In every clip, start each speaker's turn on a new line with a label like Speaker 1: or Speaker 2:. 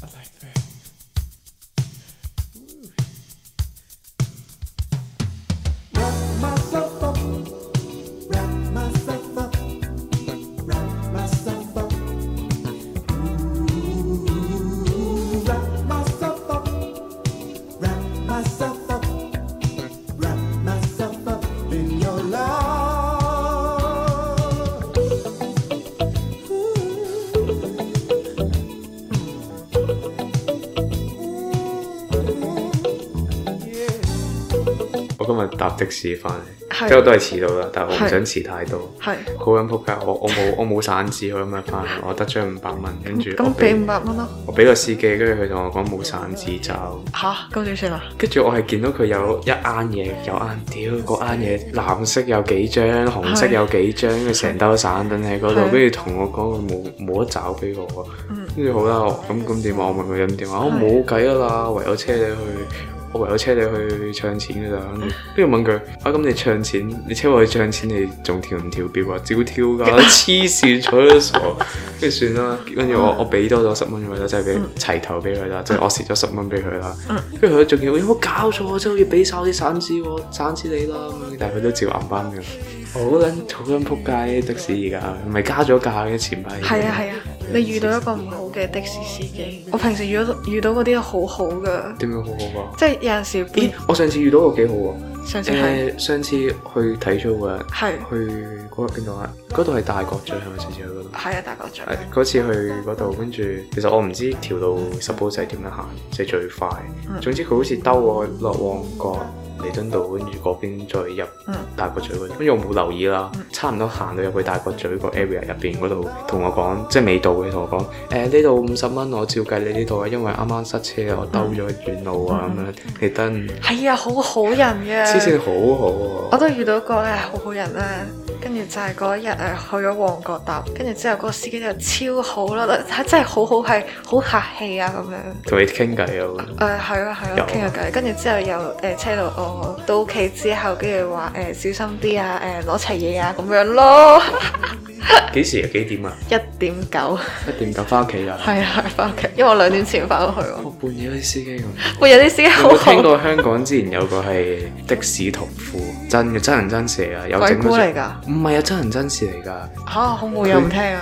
Speaker 1: Blackberry.
Speaker 2: Wrap myself up, wrap myself up, wrap myself up. Ooh, wrap myself up, wrap myself up, wrap myself up in your love.
Speaker 1: 我今日搭的士翻嚟，
Speaker 3: 係
Speaker 1: 即係我都係遲到啦，但係我唔
Speaker 3: 係
Speaker 1: 想遲太多。
Speaker 3: 係
Speaker 1: 好撚仆街，我我冇我冇散紙，佢咁樣翻嚟，我得張五百蚊，跟住我
Speaker 3: 咁俾
Speaker 1: 俾
Speaker 3: 五百蚊咯。
Speaker 1: 我俾個司機，跟住佢同我講冇散紙找，
Speaker 3: 吓，咁點算啊？
Speaker 1: 跟住我係見到佢有一啱嘢，有啱屌嗰啱嘢，藍色有幾張，紅色
Speaker 3: 係
Speaker 1: 有幾張，跟住成兜散等喺嗰度，
Speaker 3: 係
Speaker 1: 跟住同我講佢冇冇得找俾我，跟住好啦，我咁咁點啊？我問佢咁點啊？我冇計噶啦，唯有車你去。我唯有車你去唱錢噶咋，跟住問佢啊咁你唱錢，你車我去唱錢，你仲跳唔跳表啊？照跳㗎，黐線睬都傻，跟住算啦。跟住我我俾多咗十蚊佢啦，即係俾齊頭俾佢啦，即係我蝕咗十蚊俾佢啦。跟住佢仲要有冇搞錯啊？真係要俾晒我啲散紙喎，散紙你啦咁樣，但係佢都照揞翻㗎。好撚好撚撲街的士而家，咪加咗價嘅前排。
Speaker 3: 係啊係啊，你遇到一個唔好嘅的士司機，我平時遇到遇到嗰啲好好噶，
Speaker 1: 點樣好好啊？
Speaker 3: 即係有陣時
Speaker 1: 咦
Speaker 3: 變，
Speaker 1: 我上次遇到個幾好喎。
Speaker 3: 上次
Speaker 1: 誒、
Speaker 3: 係
Speaker 1: 上次去睇 show 嗰日，
Speaker 3: 係
Speaker 1: 去嗰日邊度啊？嗰度係大角咀係咪？上次去嗰度，
Speaker 3: 係啊大角咀，
Speaker 1: 係嗰次去嗰度，跟住其實我唔知條路 suppose 係點樣行，即係最快。
Speaker 3: 嗯
Speaker 1: 總之佢好似兜我落旺角彌敦道，跟住嗰邊再入
Speaker 3: 嗯
Speaker 1: 大角咀嗰度，跟住我冇留意啦，差唔多行到入去大角咀個 area 入邊嗰度，同我講即係未到嘅，同我講誒呢度五十蚊，我照計你呢度啊，因為啱啱塞車，我兜咗遠路
Speaker 3: 嗯
Speaker 1: 啊咁樣，你等
Speaker 3: 係啊好好人嘅。
Speaker 1: 黐線好好喎、
Speaker 3: 我都遇到個咧好好人啦，跟住就係嗰一日誒去咗旺角搭，跟住之後嗰個司機就超好啦，真係好好係好客氣啊咁樣。
Speaker 1: 同你傾偈啊！
Speaker 3: 誒係咯
Speaker 1: 有啊
Speaker 3: 係咯，傾下偈，跟住之後又誒、車到我到屋企之後，跟住話誒小心啲啊，誒攞齊嘢啊咁樣咯，
Speaker 1: 幾時啊？幾點啊？
Speaker 3: 一點 九
Speaker 1: 一點九翻屋企啊？
Speaker 3: 係啊翻屋企，因為我兩點前翻屋去
Speaker 1: 我
Speaker 3: 喎。
Speaker 1: 半夜啲司機咁。
Speaker 3: 喂，有啲司機
Speaker 1: 有
Speaker 3: 好
Speaker 1: 冇聽
Speaker 3: 好，
Speaker 1: 過香港之前有個係的士屠夫，真嘅真人真事啊？有
Speaker 3: 鬼
Speaker 1: 整嗰
Speaker 3: 故
Speaker 1: 隻
Speaker 3: 嚟㗎嚇，
Speaker 1: 唔係啊，真人真事嚟㗎。
Speaker 3: 恐怖嘢唔聽 啊，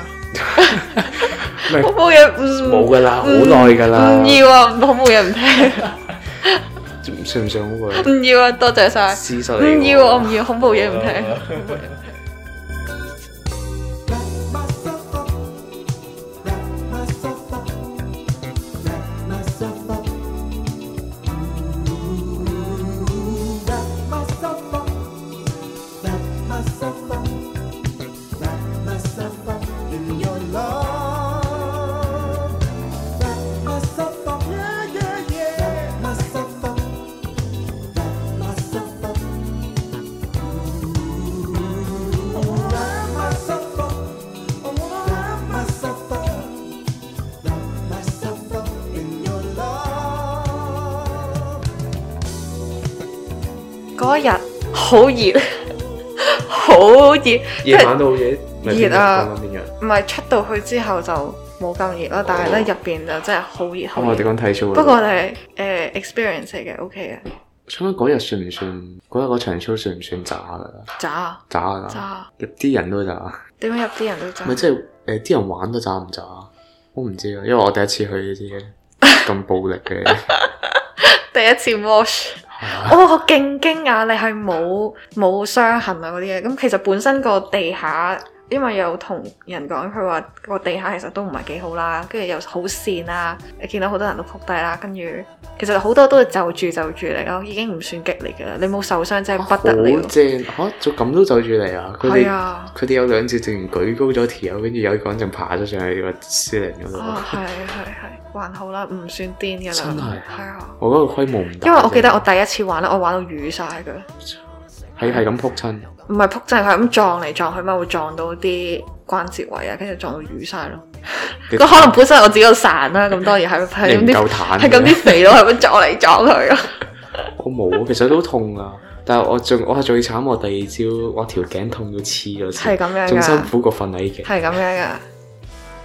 Speaker 1: 唔係
Speaker 3: 恐怖嘢唔
Speaker 1: 冇㗎啦，好
Speaker 3: 唔
Speaker 1: 耐㗎啦
Speaker 3: 唔。要啊，恐怖嘢唔聽，
Speaker 1: 算唔算好個
Speaker 3: 唔要啊，多謝 晒，
Speaker 1: 事實嚟㗎？
Speaker 3: 唔要啊我唔要恐怖嘢唔聽。
Speaker 2: Wrap myself up, wrap myself up, wrap myself up. Ooh, wrap myself up, wrap myself up, wrap myself up in your love. Wrap myself up, yeah, yeah, yeah. Wrap myself up, wrap myself up. Wrap myself up, wrap myself up, wrap myself up in your love.
Speaker 3: 嗰一日好熱， 好熱，即
Speaker 1: 夜
Speaker 3: 係
Speaker 1: 晚到好夜，咪邊日
Speaker 3: 熱啊
Speaker 1: 講緊邊日？
Speaker 3: 唔係出到去之後就冇咁熱咯，但係咧入邊就真係好熱
Speaker 1: 啱啱
Speaker 3: 好
Speaker 1: 哦我哋
Speaker 3: 熱。
Speaker 1: 講睇啊 show
Speaker 3: 不過
Speaker 1: 嗰日。
Speaker 3: 你誒、呃 experience 嚟嘅，OK 嘅，
Speaker 1: 想問嗰日算唔算？嗰日嗰場 show 算唔算渣㗎？
Speaker 3: 渣
Speaker 1: 渣㗎，
Speaker 3: 渣
Speaker 1: 入啲人都渣。
Speaker 3: 點解入啲人都渣
Speaker 1: 咪？即係誒啲人玩都渣唔渣？我唔知啊，因為我第一次去呢啲咁暴力嘅，
Speaker 3: 第一次 wash，
Speaker 1: 啊
Speaker 3: 哦，我勁驚訝，你係冇冇傷痕啊嗰啲嘢。咁其實本身個地下，因為有同人講，佢話個地下其實都唔係幾好啦，跟住又好跣啦，你見到好多人都仆低啦，跟住其實好多都係就住就住嚟咯，已經唔算激烈嘅啦。你冇受傷真係不得
Speaker 1: 好
Speaker 3: 了，
Speaker 1: 正嚇！就咁都走住嚟啊！佢
Speaker 3: 係
Speaker 1: 哋
Speaker 3: 啊。
Speaker 1: 佢哋有兩次突然舉高咗條友，跟住有個人仲爬咗上去個司令嗰
Speaker 3: 啊，
Speaker 1: 度。
Speaker 3: 係係係，還好啦，唔算癲嘅啦，
Speaker 1: 真係
Speaker 3: 係啊，
Speaker 1: 我嗰個規模唔大啫，
Speaker 3: 因為我記得我第一次玩咧，我玩到瘀晒嘅，
Speaker 1: 係係咁撲 親，
Speaker 3: 唔係撲真係佢咁撞嚟撞去，咪會撞到啲關節位啊，跟住撞到瘀晒咯。
Speaker 1: 你
Speaker 3: 咁可能本身我自己度散啦，咁當 然係係咁
Speaker 1: 你唔夠
Speaker 3: 啲
Speaker 1: 彈
Speaker 3: 係咁啲肥佬係咁撞嚟撞去咯。
Speaker 1: 我冇啊，其實都痛啊！但係我仲我係最慘，我第二朝我條頸痛到黐咗線，
Speaker 3: 係咁樣
Speaker 1: 仲辛
Speaker 3: 㗎，
Speaker 1: 苦過瞓禮嘅。
Speaker 3: 係咁樣㗎，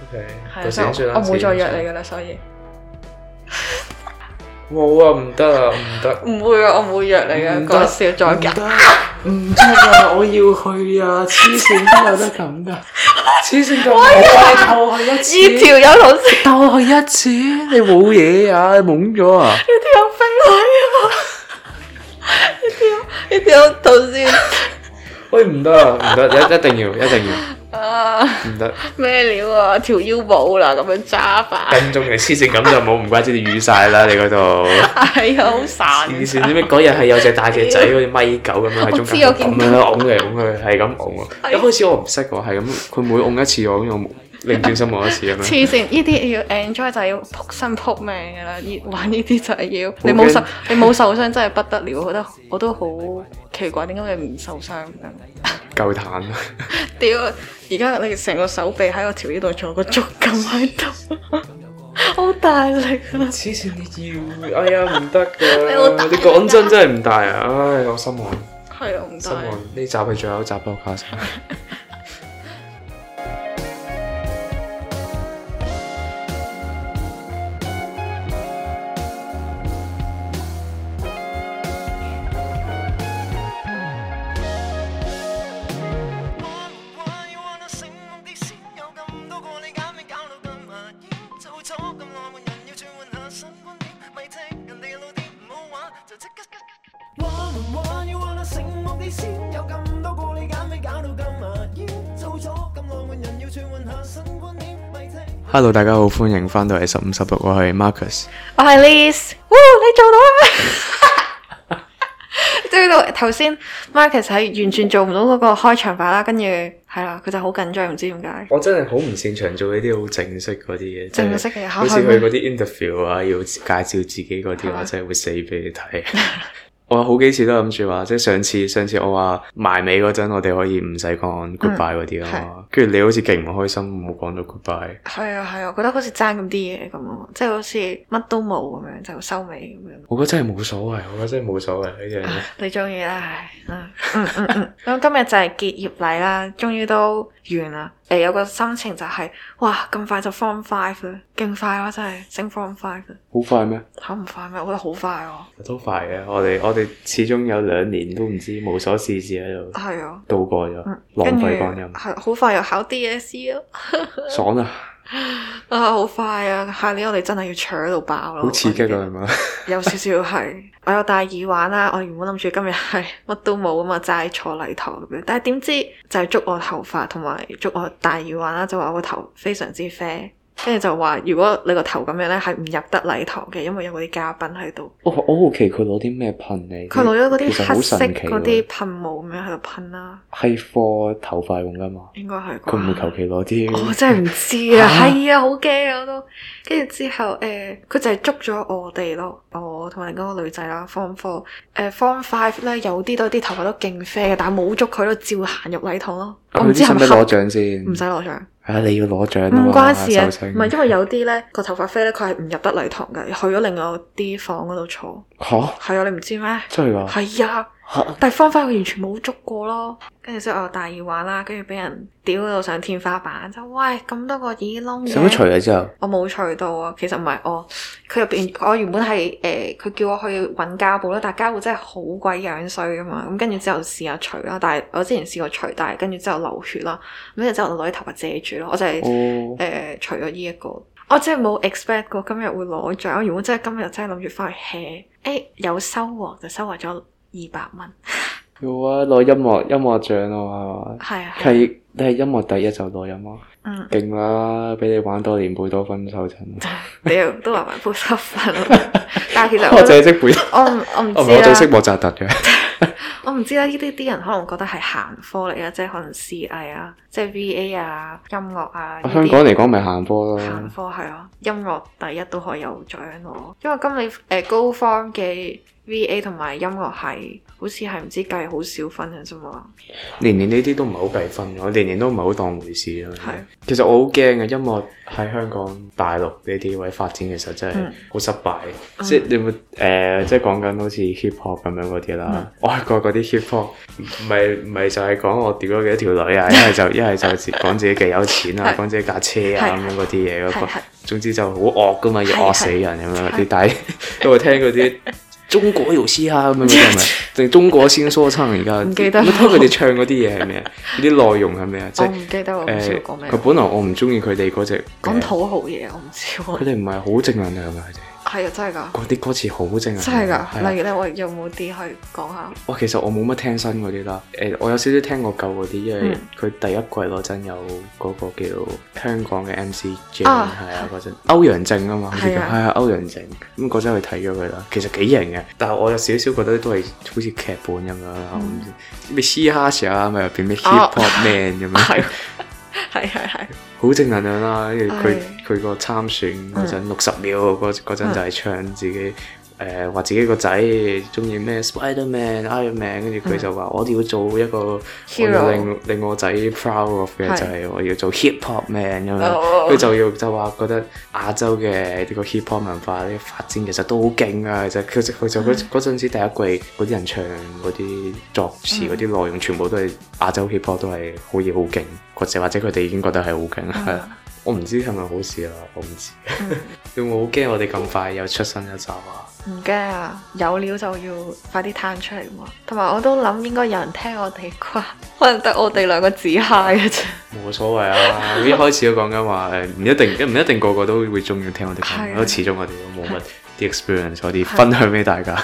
Speaker 1: OK，
Speaker 3: 係啊所以我我唔會再約你㗎啦，所以
Speaker 1: 冇啊，唔得啊，唔得。
Speaker 3: 唔會啊，我唔會約你嘅，
Speaker 1: 唔得
Speaker 3: 講笑再夾。
Speaker 1: 唔得啊！我要去啊！黐線都有得咁噶，黐線咁好啊！鬥佢一
Speaker 3: 呢
Speaker 1: 次，
Speaker 3: 條友頭先
Speaker 1: 鬥佢一次，你冇嘢啊？你懵咗啊？
Speaker 3: 呢條友飛女啊！呢條呢條友頭先
Speaker 1: 喂，唔得啊，唔得，一一定要，一定要，
Speaker 3: 啊
Speaker 1: 唔得！
Speaker 3: 咩料啊？條腰冇啦，咁樣揸法，
Speaker 1: 跟蹤你黐線咁就冇，唔怪之你瘀晒啦，你嗰度。
Speaker 3: 係啊，好散
Speaker 1: 黐線，知唔知嗰日係有隻大隻仔，好似米狗咁樣喺中間
Speaker 3: 我知我
Speaker 1: 咁
Speaker 3: 見
Speaker 1: 樣拱嚟拱去，係咁拱我。
Speaker 3: 係
Speaker 1: 一開始我唔識喎，係咁，佢每拱一次我，咁我冇擰轉心望一次咁樣。
Speaker 3: 黐線，呢啲要 enjoy 就係要撲身撲命㗎啦，呢玩呢啲就係要
Speaker 1: 驚
Speaker 3: 你冇受你冇受傷真係不得了，我覺得我都好奇怪點解你唔受傷咁。
Speaker 1: 夠彈，
Speaker 3: 屌，而家你成個手臂喺我條呢度仲有個觸感喺度， 好大力啊！
Speaker 1: 黐線你要，哎呀唔得 㗎，
Speaker 3: 你好哎大啊
Speaker 1: 你講真真係唔大啊，唉我心寒，
Speaker 3: 係啊，唔
Speaker 1: 心寒
Speaker 3: 得。
Speaker 1: 呢集係最後一集咯，卡神。
Speaker 4: 話要我得醒目啲先有咁多個你揀，咪搞到咁牙煙。做咗咁耐換人，要轉換下新觀點，咪踢人哋嘅老點，唔好玩就即刻。玩唔玩要玩得醒目啲先有咁多個你揀，咪搞到咁牙煙。做咗咁耐換人，要轉換下新觀點，咪踢。
Speaker 1: Hello，大家好，歡迎翻到嚟十五十六，我係 Marcus。
Speaker 3: 我係 Liz，哇！你做到啊！ 追到頭先，Marcus 係完全做唔到嗰個開場白啦，跟住係啦，佢就好緊張，唔知點解。
Speaker 1: 我真係好唔擅長做呢啲好正式嗰啲嘢，即係
Speaker 3: 正式嘅
Speaker 1: 好似
Speaker 3: 嚇
Speaker 1: 佢嗰啲 interview 啊，要介紹自己嗰啲，
Speaker 3: 係嘛啊
Speaker 1: 我真係會死俾你睇。 我有好幾次都諗住話，即係上次上次我話埋尾嗰陣，我哋可以唔使講 goodbye 嗰啲啊
Speaker 3: 嗯係，
Speaker 1: 跟住你好似勁唔開心，冇講到 goodbye。
Speaker 3: 係啊係啊，我覺得好似爭咁啲嘢咁咯，即係好似乜都冇咁樣就收尾咁樣。啊
Speaker 1: 我覺得真係冇所謂，我覺得真係冇所謂呢樣嘢。
Speaker 3: 你中意啦，唉嗯嗯嗯 嗯。咁今日就係結業禮啦，終於都完啦。誒有個心情就係、哇咁快就 Form Five 啦，勁快咯真係升 Form Five 啦，
Speaker 1: 好快咩？
Speaker 3: 嚇唔快咩？我覺得好快喎、
Speaker 1: 都快嘅，我哋我哋始終有兩年都唔知無所事事喺度
Speaker 3: 係啊。
Speaker 1: 度過咗，
Speaker 3: 嗯
Speaker 1: 浪
Speaker 3: 跟住
Speaker 1: 費光陰，
Speaker 3: 係好快又考 DSE 咯，
Speaker 1: 爽啊，
Speaker 3: 啊好快啊！下年我哋真係要搶到爆咯，
Speaker 1: 好刺激啊，
Speaker 3: 我覺得
Speaker 1: 係嘛？
Speaker 3: 有少少係， 我有戴耳環啦，我原本諗住今日係 乜都冇啊嘛，齋坐禮堂咁樣，但係點知就係捉我頭髮同埋捉我戴耳環啦，就話我個頭非常之啡，跟住就話如果你個頭咁樣咧係唔入得禮堂嘅，因為有嗰啲嘉賓喺度，
Speaker 1: 我我好奇佢攞啲咩噴你？
Speaker 3: 佢攞咗嗰
Speaker 1: 嗯其實
Speaker 3: 啲
Speaker 1: 好
Speaker 3: 黑色
Speaker 1: 神奇
Speaker 3: 嗰
Speaker 1: 喎
Speaker 3: 啲噴霧咁樣喺度噴啦，
Speaker 1: 係 for 頭髮用噶嘛？
Speaker 3: 應該係啩
Speaker 1: 佢唔會求其攞啲。
Speaker 3: 我真係唔知啊，
Speaker 1: 嚇
Speaker 3: 係啊，好驚啊我都。跟住之後，誒、佢就係捉咗我哋咯，我同埋另一個女仔啦，form four，誒、form five 咧，有啲都啲頭髮都勁啡嘅，但係冇捉佢咯，照行入禮堂咯。我
Speaker 1: 咁
Speaker 3: 唔
Speaker 1: 你
Speaker 3: 知係
Speaker 1: 啊使唔
Speaker 3: 咪
Speaker 1: 使攞
Speaker 3: 合
Speaker 1: 獎先？
Speaker 3: 唔使攞獎，
Speaker 1: 啊！你要攞獎啊
Speaker 3: 唔關事啊，
Speaker 1: 手稱
Speaker 3: 唔係因為有啲咧個頭髮啡咧，佢係唔入得禮堂嘅，去咗另外啲房嗰度坐。
Speaker 1: 吓
Speaker 3: 係啊，你唔知咩？
Speaker 1: 真係㗎
Speaker 3: 係啊。
Speaker 1: 嚇
Speaker 3: 但係方法佢完全冇捉過咯，跟住之後我戴耳環啦，跟住俾人屌到上天花板，就喂咁多個耳窿
Speaker 1: 使唔使
Speaker 3: 嘅
Speaker 1: 除。咗之後？
Speaker 3: 我冇除到啊，其實唔係我，佢入邊我原本係誒，佢、叫我去揾膠布啦，但係膠布真係好鬼樣衰噶嘛，咁跟住之後試下除啦，但係我之前試過除，但係跟住之後流血啦，咁跟住之後我攞啲頭髮遮住咯，我就係、
Speaker 1: 哦，
Speaker 3: 誒除咗呢一個，我真係冇 expect 過今日會攞獎，我原本真係今日真係諗住翻去 hea，誒有收穫就收穫咗二百蚊，
Speaker 1: 要啊！攞音樂音樂獎啊嘛，
Speaker 3: 係啊，係啊
Speaker 1: 係你係音樂第一就攞音樂，
Speaker 3: 嗯，
Speaker 1: 勁啦！俾你玩多年貝多芬手震，
Speaker 3: 屌都話埋補濕 粉咯，但係其實
Speaker 1: 我
Speaker 3: 我
Speaker 1: 淨係識貝多，哦
Speaker 3: 我唔我唔
Speaker 1: 我唔
Speaker 3: 知
Speaker 1: 係
Speaker 3: 啊
Speaker 1: 我淨係識
Speaker 3: 啦。
Speaker 1: 莫扎特 嘅。
Speaker 3: 我唔知啊啦，呢啲啲人可能覺得係閒科嚟啊，即係可能視藝啊，即係 VA 啊、音樂啊。呢啲
Speaker 1: 香港嚟講咪行科咯，
Speaker 3: 閒科係啊，音樂第一都可以有獎攞，因為今年誒、呃高方嘅 VA 同埋音樂系，好似係唔知計好少分嘅啫嘛。
Speaker 1: 年年呢啲都唔係好計分，我年年都唔係好當回事咯。
Speaker 3: 係
Speaker 1: 其實我好驚嘅，音樂喺香港、大陸呢啲位發展，其實真係
Speaker 3: 嗯
Speaker 1: 好失敗。即係你會誒、呃即係講緊好似 hip hop 咁樣嗰啲
Speaker 3: 嗯
Speaker 1: 啦，外國嗰啲 hip hop 唔係唔係就係講我屌咗幾多條女啊，一係就一係就 自講自己幾有錢啊，
Speaker 3: 係
Speaker 1: 講自己架車啊
Speaker 3: 係
Speaker 1: 咁樣嗰啲嘢嗰
Speaker 3: 係
Speaker 1: 個
Speaker 3: 係，
Speaker 1: 總之就好惡噶嘛，要惡死人咁樣嗰啲。但係 我聽嗰 啲。中國有嘻哈咁樣嗰啲係咪？定中國先說唱而家？
Speaker 3: 唔記得
Speaker 1: 咁聽佢哋唱嗰啲嘢係咩啊？啲內容係咩啊？即
Speaker 3: 我
Speaker 1: 係
Speaker 3: 唔記得我唔知
Speaker 1: 誒，
Speaker 3: 我講咩
Speaker 1: 佢，本來我唔中意佢哋嗰只
Speaker 3: 講土豪嘢我唔知
Speaker 1: 佢
Speaker 3: 喎。
Speaker 1: 哋唔係好正能量啊！佢哋
Speaker 3: 係啊，真係㗎，
Speaker 1: 嗰啲歌詞好正能量，
Speaker 3: 真係
Speaker 1: 係啊
Speaker 3: 㗎。例如咧，我有冇啲去講下？
Speaker 1: 哇，其實我冇乜聽新嗰啲啦，誒、我有少少聽過舊嗰啲，因為
Speaker 3: 嗯
Speaker 1: 佢第一季嗰陣有嗰個叫香港嘅 MC Jane 係
Speaker 3: 啊
Speaker 1: 啊，嗰陣歐陽靖啊嘛，好似叫
Speaker 3: 係
Speaker 1: 係
Speaker 3: 啊
Speaker 1: 啊歐陽靖，咁嗰陣去睇咗佢啦，其實幾型嘅，但係我有少少覺得都係好似劇本咁樣啦，我唔知咩嘻哈時啊，咪入邊咩 hip
Speaker 3: 啊
Speaker 1: hop man 咁樣
Speaker 3: 嗯 係。係係係，
Speaker 1: 好正能量啦，跟住佢
Speaker 3: 係嗯
Speaker 1: 佢個參選嗰陣六十秒嗰嗰陣就係唱自己誒話自己個仔中意咩 Spider Man、Iron Man，跟住佢就話我哋要做一個我要
Speaker 3: 嗯 Hero
Speaker 1: 令令我仔 proud of 嘅
Speaker 3: 係
Speaker 1: 就係我要做 hip hop man 咁樣，
Speaker 3: 哦
Speaker 1: 佢就要就話覺得亞洲嘅呢個 hip hop 文化呢個發展其實都好勁啊！其實佢就佢就
Speaker 3: 嗯
Speaker 1: 嗰嗰陣時第一季嗰啲人唱嗰啲作
Speaker 3: 嗯
Speaker 1: 詞嗰啲內容全部都係亞洲 hip hop 都係好似好勁，或者或者佢哋已經覺得係好勁啦。係
Speaker 3: 嗯
Speaker 1: 啊我唔知係咪好事啊，我唔知。 會唔會好驚我哋咁快又出新一集啊？
Speaker 3: 唔驚啊！有料就要快啲攤出嚟嘛。同埋我都諗應該有人聽我哋啩， 可能得我哋兩個自嗨嘅啫。
Speaker 1: 冇所謂啊！一開始都講緊話誒，唔一定唔一定個個都會中意聽我哋講
Speaker 3: 係
Speaker 1: 嘢，
Speaker 3: 啊
Speaker 1: 因為始終我哋都冇乜啲 experience，我哋分享俾大家。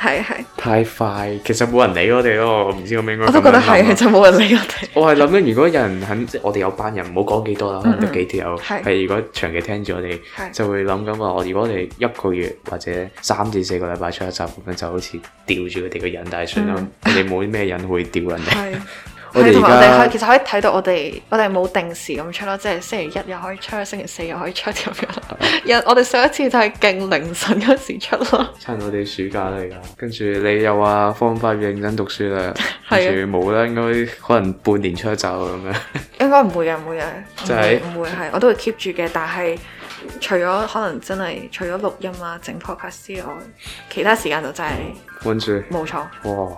Speaker 3: 係係，
Speaker 1: 太快，其實冇人理我哋咯，我唔知我咪應該
Speaker 3: 我都覺
Speaker 1: 覺
Speaker 3: 得係，就冇人理我哋。
Speaker 1: 啊我係諗緊，如果有人肯，即係我哋有班人，唔好講幾多啦，可能得幾條友。
Speaker 3: 嗯係
Speaker 1: 係如果長期聽住我哋，
Speaker 3: 係
Speaker 1: 就會諗緊話，我如果我哋一個月或者三至四個禮拜出一集咁樣，就好似吊住佢哋個人，但係算啦
Speaker 3: 嗯，
Speaker 1: 我哋冇咩人會吊人哋。
Speaker 3: 係。
Speaker 1: 我哋
Speaker 3: 係同埋我哋可
Speaker 1: 而家
Speaker 3: 以其實可以睇到我哋，我哋冇定時咁出咯，即係星期一又可以出，星期四又可以出咁樣。有我哋上一次就係勁凌晨嗰時出咯，
Speaker 1: 趁我哋暑假嚟㗎，跟住你又話方法要認真讀書啦，跟
Speaker 3: 係啊
Speaker 1: 住冇啦，應該可能半年出一集咁樣。
Speaker 3: 應該唔會嘅，唔會嘅，
Speaker 1: 就係
Speaker 3: 唔會係，我都會 keep 住嘅。但係除咗可能真係除咗錄音啊、整 podcast 之外，其他時間就真係
Speaker 1: 溫住，
Speaker 3: 冇錯。
Speaker 1: 哇！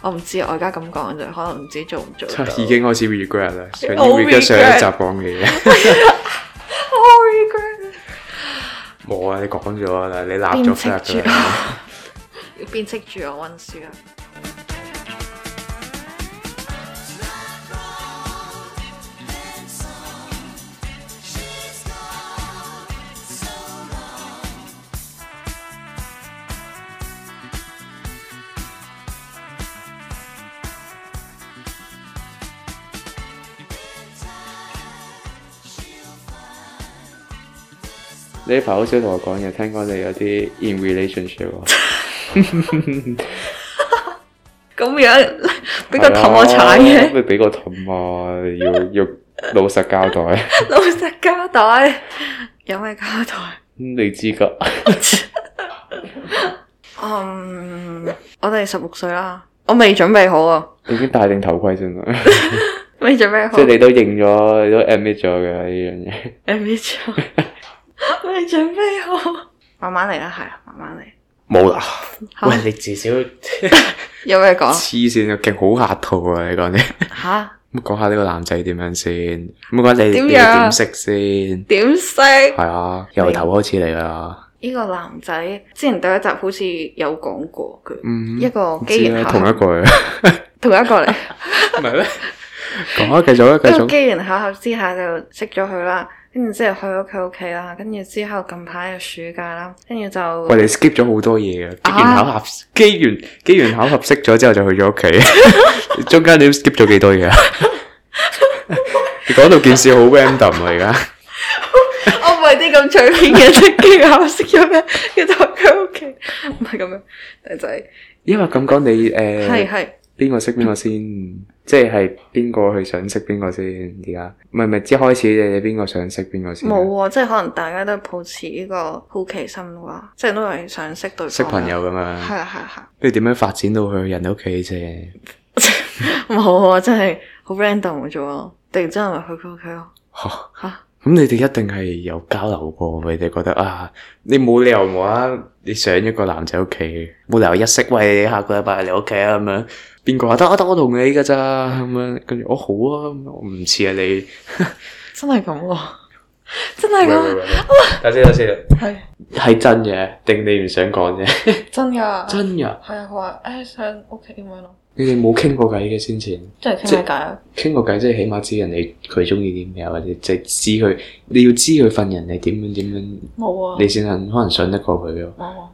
Speaker 3: 我唔知，我而家咁講就可能唔知做唔做到。
Speaker 1: 已經開始 regret 啦，已經
Speaker 3: 我
Speaker 1: regret 上一
Speaker 3: regret
Speaker 1: 集講嘅嘢。
Speaker 3: 好 regret，
Speaker 1: 冇啊，你講咗啦，你立
Speaker 3: 鞭
Speaker 1: 咗 flag
Speaker 3: 斥
Speaker 1: 㗎
Speaker 3: 住
Speaker 1: 啦。
Speaker 3: 我，要鞭斥住我温書啊！
Speaker 1: 呢排好少同我講嘢，聽講你有啲 in relationship 喎。
Speaker 3: 咁樣
Speaker 1: 啊
Speaker 3: 俾個氹我踩嘅。
Speaker 1: 咪俾個氹啊！要要老實交代，咁
Speaker 3: 老實交代，有咩交代？
Speaker 1: 你知噶。
Speaker 3: 嗯，我哋十六歲啦，我未準備好啊，
Speaker 1: 已經戴定頭盔先啦，
Speaker 3: 未準 備好
Speaker 1: 即係。你都認咗，你都 admit 咗嘅呢樣嘢。
Speaker 3: 未準， 未準備好，慢慢嚟啦，係啊，慢慢嚟。
Speaker 1: 冇啦，
Speaker 3: 好
Speaker 1: 喂，你至少 黐
Speaker 3: 有咩講？
Speaker 1: 線啊，勁好客套啊！你講啲，
Speaker 3: 吓？
Speaker 1: 咁講下呢個男仔點樣先？咁講你
Speaker 3: 點樣
Speaker 1: 你點識先？
Speaker 3: 點識？
Speaker 1: 係啊，由頭開始嚟啦。
Speaker 3: 呢個男仔之前第一集好似有講過佢，
Speaker 1: 嗯，
Speaker 3: 一個
Speaker 1: 唔
Speaker 3: 機
Speaker 1: 知
Speaker 3: 緣
Speaker 1: 啦，
Speaker 3: 巧
Speaker 1: 同一
Speaker 3: 合，
Speaker 1: 個嚟。
Speaker 3: 同一個嚟。
Speaker 1: 唔係咩？講啊，繼續 啊，繼
Speaker 3: 跟住
Speaker 1: 續。
Speaker 3: 機緣巧合之下就識咗佢啦，跟住之後去咗佢屋企啦，跟住之後近排就暑假啦，跟住就
Speaker 1: 喂，你 skip 咗好多嘢嘅，機緣
Speaker 3: 啊
Speaker 1: 巧合，機緣機緣巧合識咗之後就去咗屋企， 中間你 skip 咗幾多嘢啊？ 你講到件事好 random 啊，而家
Speaker 3: 我唔係啲咁隨便嘅啫，跟住我識咗咩？跟住就佢屋企，唔係咁樣，但係就係
Speaker 1: 因為咁講你
Speaker 3: 係
Speaker 1: 誒
Speaker 3: 係
Speaker 1: 邊個識邊個先？即係邊個去想識邊個先？而家唔係唔係，即係開始你哋邊個想識邊個先？
Speaker 3: 冇啊，即係可能大家都抱持呢個好奇心啩，即係都係想識對方。
Speaker 1: 識朋友咁
Speaker 3: 係
Speaker 1: 樣，
Speaker 3: 啊係啊係啊，
Speaker 1: 跟住點樣發展到去人哋屋企啫？
Speaker 3: 冇啊，真係好 random 嘅啫喎，突然之間咪去佢屋企咯
Speaker 1: 嚇
Speaker 3: 嚇。
Speaker 1: 咁你哋一定係有交流過，你哋覺得啊，你冇理由無啦啦你上一個男仔屋企，冇理由一識喂你下個禮拜嚟屋企啊咁樣，邊個話得啊得我同你噶咋咁樣，跟住我好啊，咁樣我唔似啊你，
Speaker 3: 真係咁喎，真係咁，
Speaker 1: 等先等先，
Speaker 3: 係
Speaker 1: 係真嘅定你唔想講啫？
Speaker 3: 真㗎，
Speaker 1: 真噶，
Speaker 3: 係啊，佢話誒上屋企咁樣咯，
Speaker 1: 你哋冇傾過偈嘅先前。
Speaker 3: 即係傾下偈啊，
Speaker 1: 傾個偈，即係起碼知人哋佢中意啲咩，或者即係知佢，你要知佢份人係點樣點樣，
Speaker 3: 冇啊，
Speaker 1: 你先肯可能信得過佢咯。
Speaker 3: 冇啊。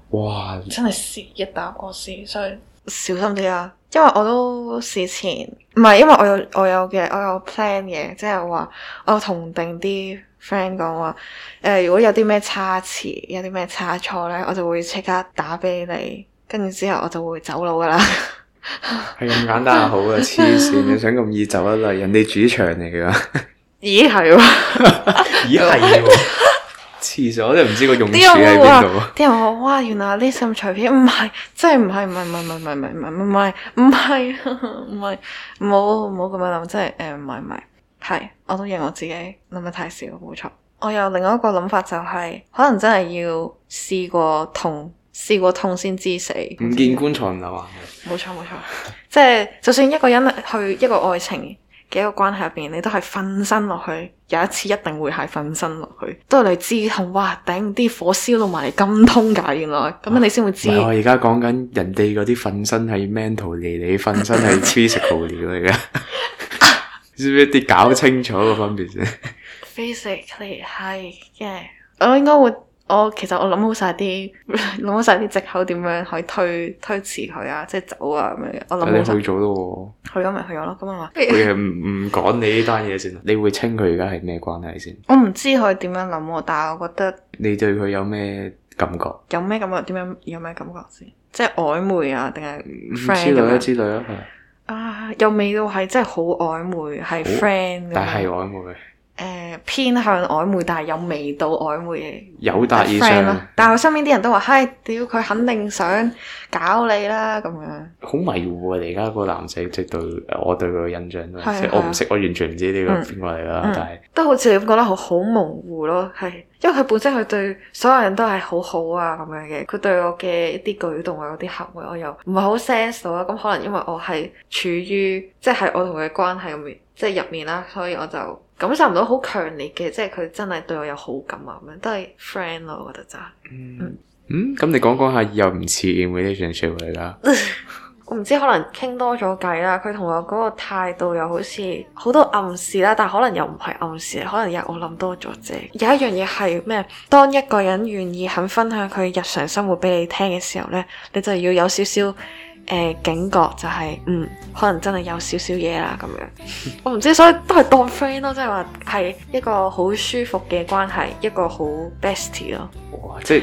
Speaker 1: 哇！
Speaker 3: 真係試一打過試，所以小心啲啦。因為我都事前唔係，因為我有我有嘅，我有 plan 嘅，即係話我有同定啲 friend 講話，誒、呃如果有啲咩差池，有啲咩差錯咧，我就會即刻打俾你，跟住之後我就會走佬噶啦。
Speaker 1: 係咁簡單好啊！黐線，你想咁易走得嚟？人哋主場嚟㗎，
Speaker 3: 咦係喎？
Speaker 1: 咦係喎！ 黐線，我真係唔知個用處
Speaker 3: 啲
Speaker 1: 喺
Speaker 3: 人會
Speaker 1: 邊
Speaker 3: 話
Speaker 1: 度啊！，
Speaker 3: 啲人話哇，原來呢咁隨便，唔係，真係唔係，唔係，唔係，唔係，唔係，唔係，唔係，唔係，唔係，唔好唔好咁樣諗，真係誒，唔係唔係，係，我都認我自己諗得太少，冇錯。我有另外一個諗法就係，可能真係要試過痛，試過痛先知死。
Speaker 1: 唔見棺材唔流眼淚。
Speaker 3: 冇錯冇錯， 即係就算一個人去一個愛情嘅一個關係入邊，你都係瞓身落去，有一次一定會係瞓身落去，都係你知痛，哇頂啲火燒到埋嚟咁通㗎，原來咁樣你先會知
Speaker 1: 唔係我而家講緊人哋嗰啲瞓身係 mental 嚟，你瞓身 係 physical 嚟㗎。知唔知啲搞清楚個分別先？
Speaker 3: physically 係嘅，我應該會。我其實我諗好晒啲 諗好晒啲藉口點樣可以推推遲佢啊，即係走啊咁樣。我諗好
Speaker 1: 你去
Speaker 3: 晒，
Speaker 1: 咗咯喎。
Speaker 3: 去咗咪去咗咯。咁啊嘛，
Speaker 1: 佢係唔唔講你呢單嘢先啊？你會稱佢而家係咩關係先？
Speaker 3: 我唔知佢點樣諗喎，但係我覺得
Speaker 1: 你對佢有咩感覺？
Speaker 3: 有咩感覺？點樣有咩感覺先？即係曖昧啊，定係
Speaker 1: 之
Speaker 3: friend
Speaker 1: 類
Speaker 3: 咁
Speaker 1: 啦，
Speaker 3: 樣
Speaker 1: 之類啊啦，係
Speaker 3: 啊？又未到係真係好曖昧，係
Speaker 1: 好
Speaker 3: friend 咁樣
Speaker 1: 但係曖昧，
Speaker 3: 誒偏向曖昧，但係又未到曖昧嘅
Speaker 1: 有達以
Speaker 3: friend 咯
Speaker 1: 上，。
Speaker 3: 但係我身邊啲人都話：，嗨，屌佢肯定想搞你啦咁樣。
Speaker 1: 好迷糊啊！你而家個男仔即係對我對佢嘅印象都
Speaker 3: 係啊
Speaker 1: 係，即係我唔識，我完全唔知呢個
Speaker 3: 嗯
Speaker 1: 邊個嚟啦
Speaker 3: 嗯。
Speaker 1: 但係
Speaker 3: 都好似你咁覺得好好模糊咯，係因為佢本身佢對所有人都係好好啊咁樣嘅，佢對我嘅一啲舉動啊、嗰啲行為，我又唔係好 sense 到啦。啊咁可能因為我係處於即係我同佢嘅關係入面，即係入面啦，所以我就感受唔到好強烈嘅，即係佢真係對我有好感啊咁樣，都係 friend 咯，我覺得就係
Speaker 1: 嗯嗯，咁你講講下又唔似 relationship 嚟啦。
Speaker 3: 我唔知可能傾多咗偈啦，佢同我嗰個態度又好似好多暗示啦，但可能又唔係暗示，可能又我諗多咗啫。有一樣嘢係咩？當一個人願意肯分享佢日常生活俾你聽嘅時候呢，你就要有少少誒警覺，就係、嗯，可能真係有少少嘢啦咁樣。我唔知，所以都係當 friend 咯，即係話係一個好舒服嘅關係，一個好 bestie 咯。
Speaker 1: 哇！ 即係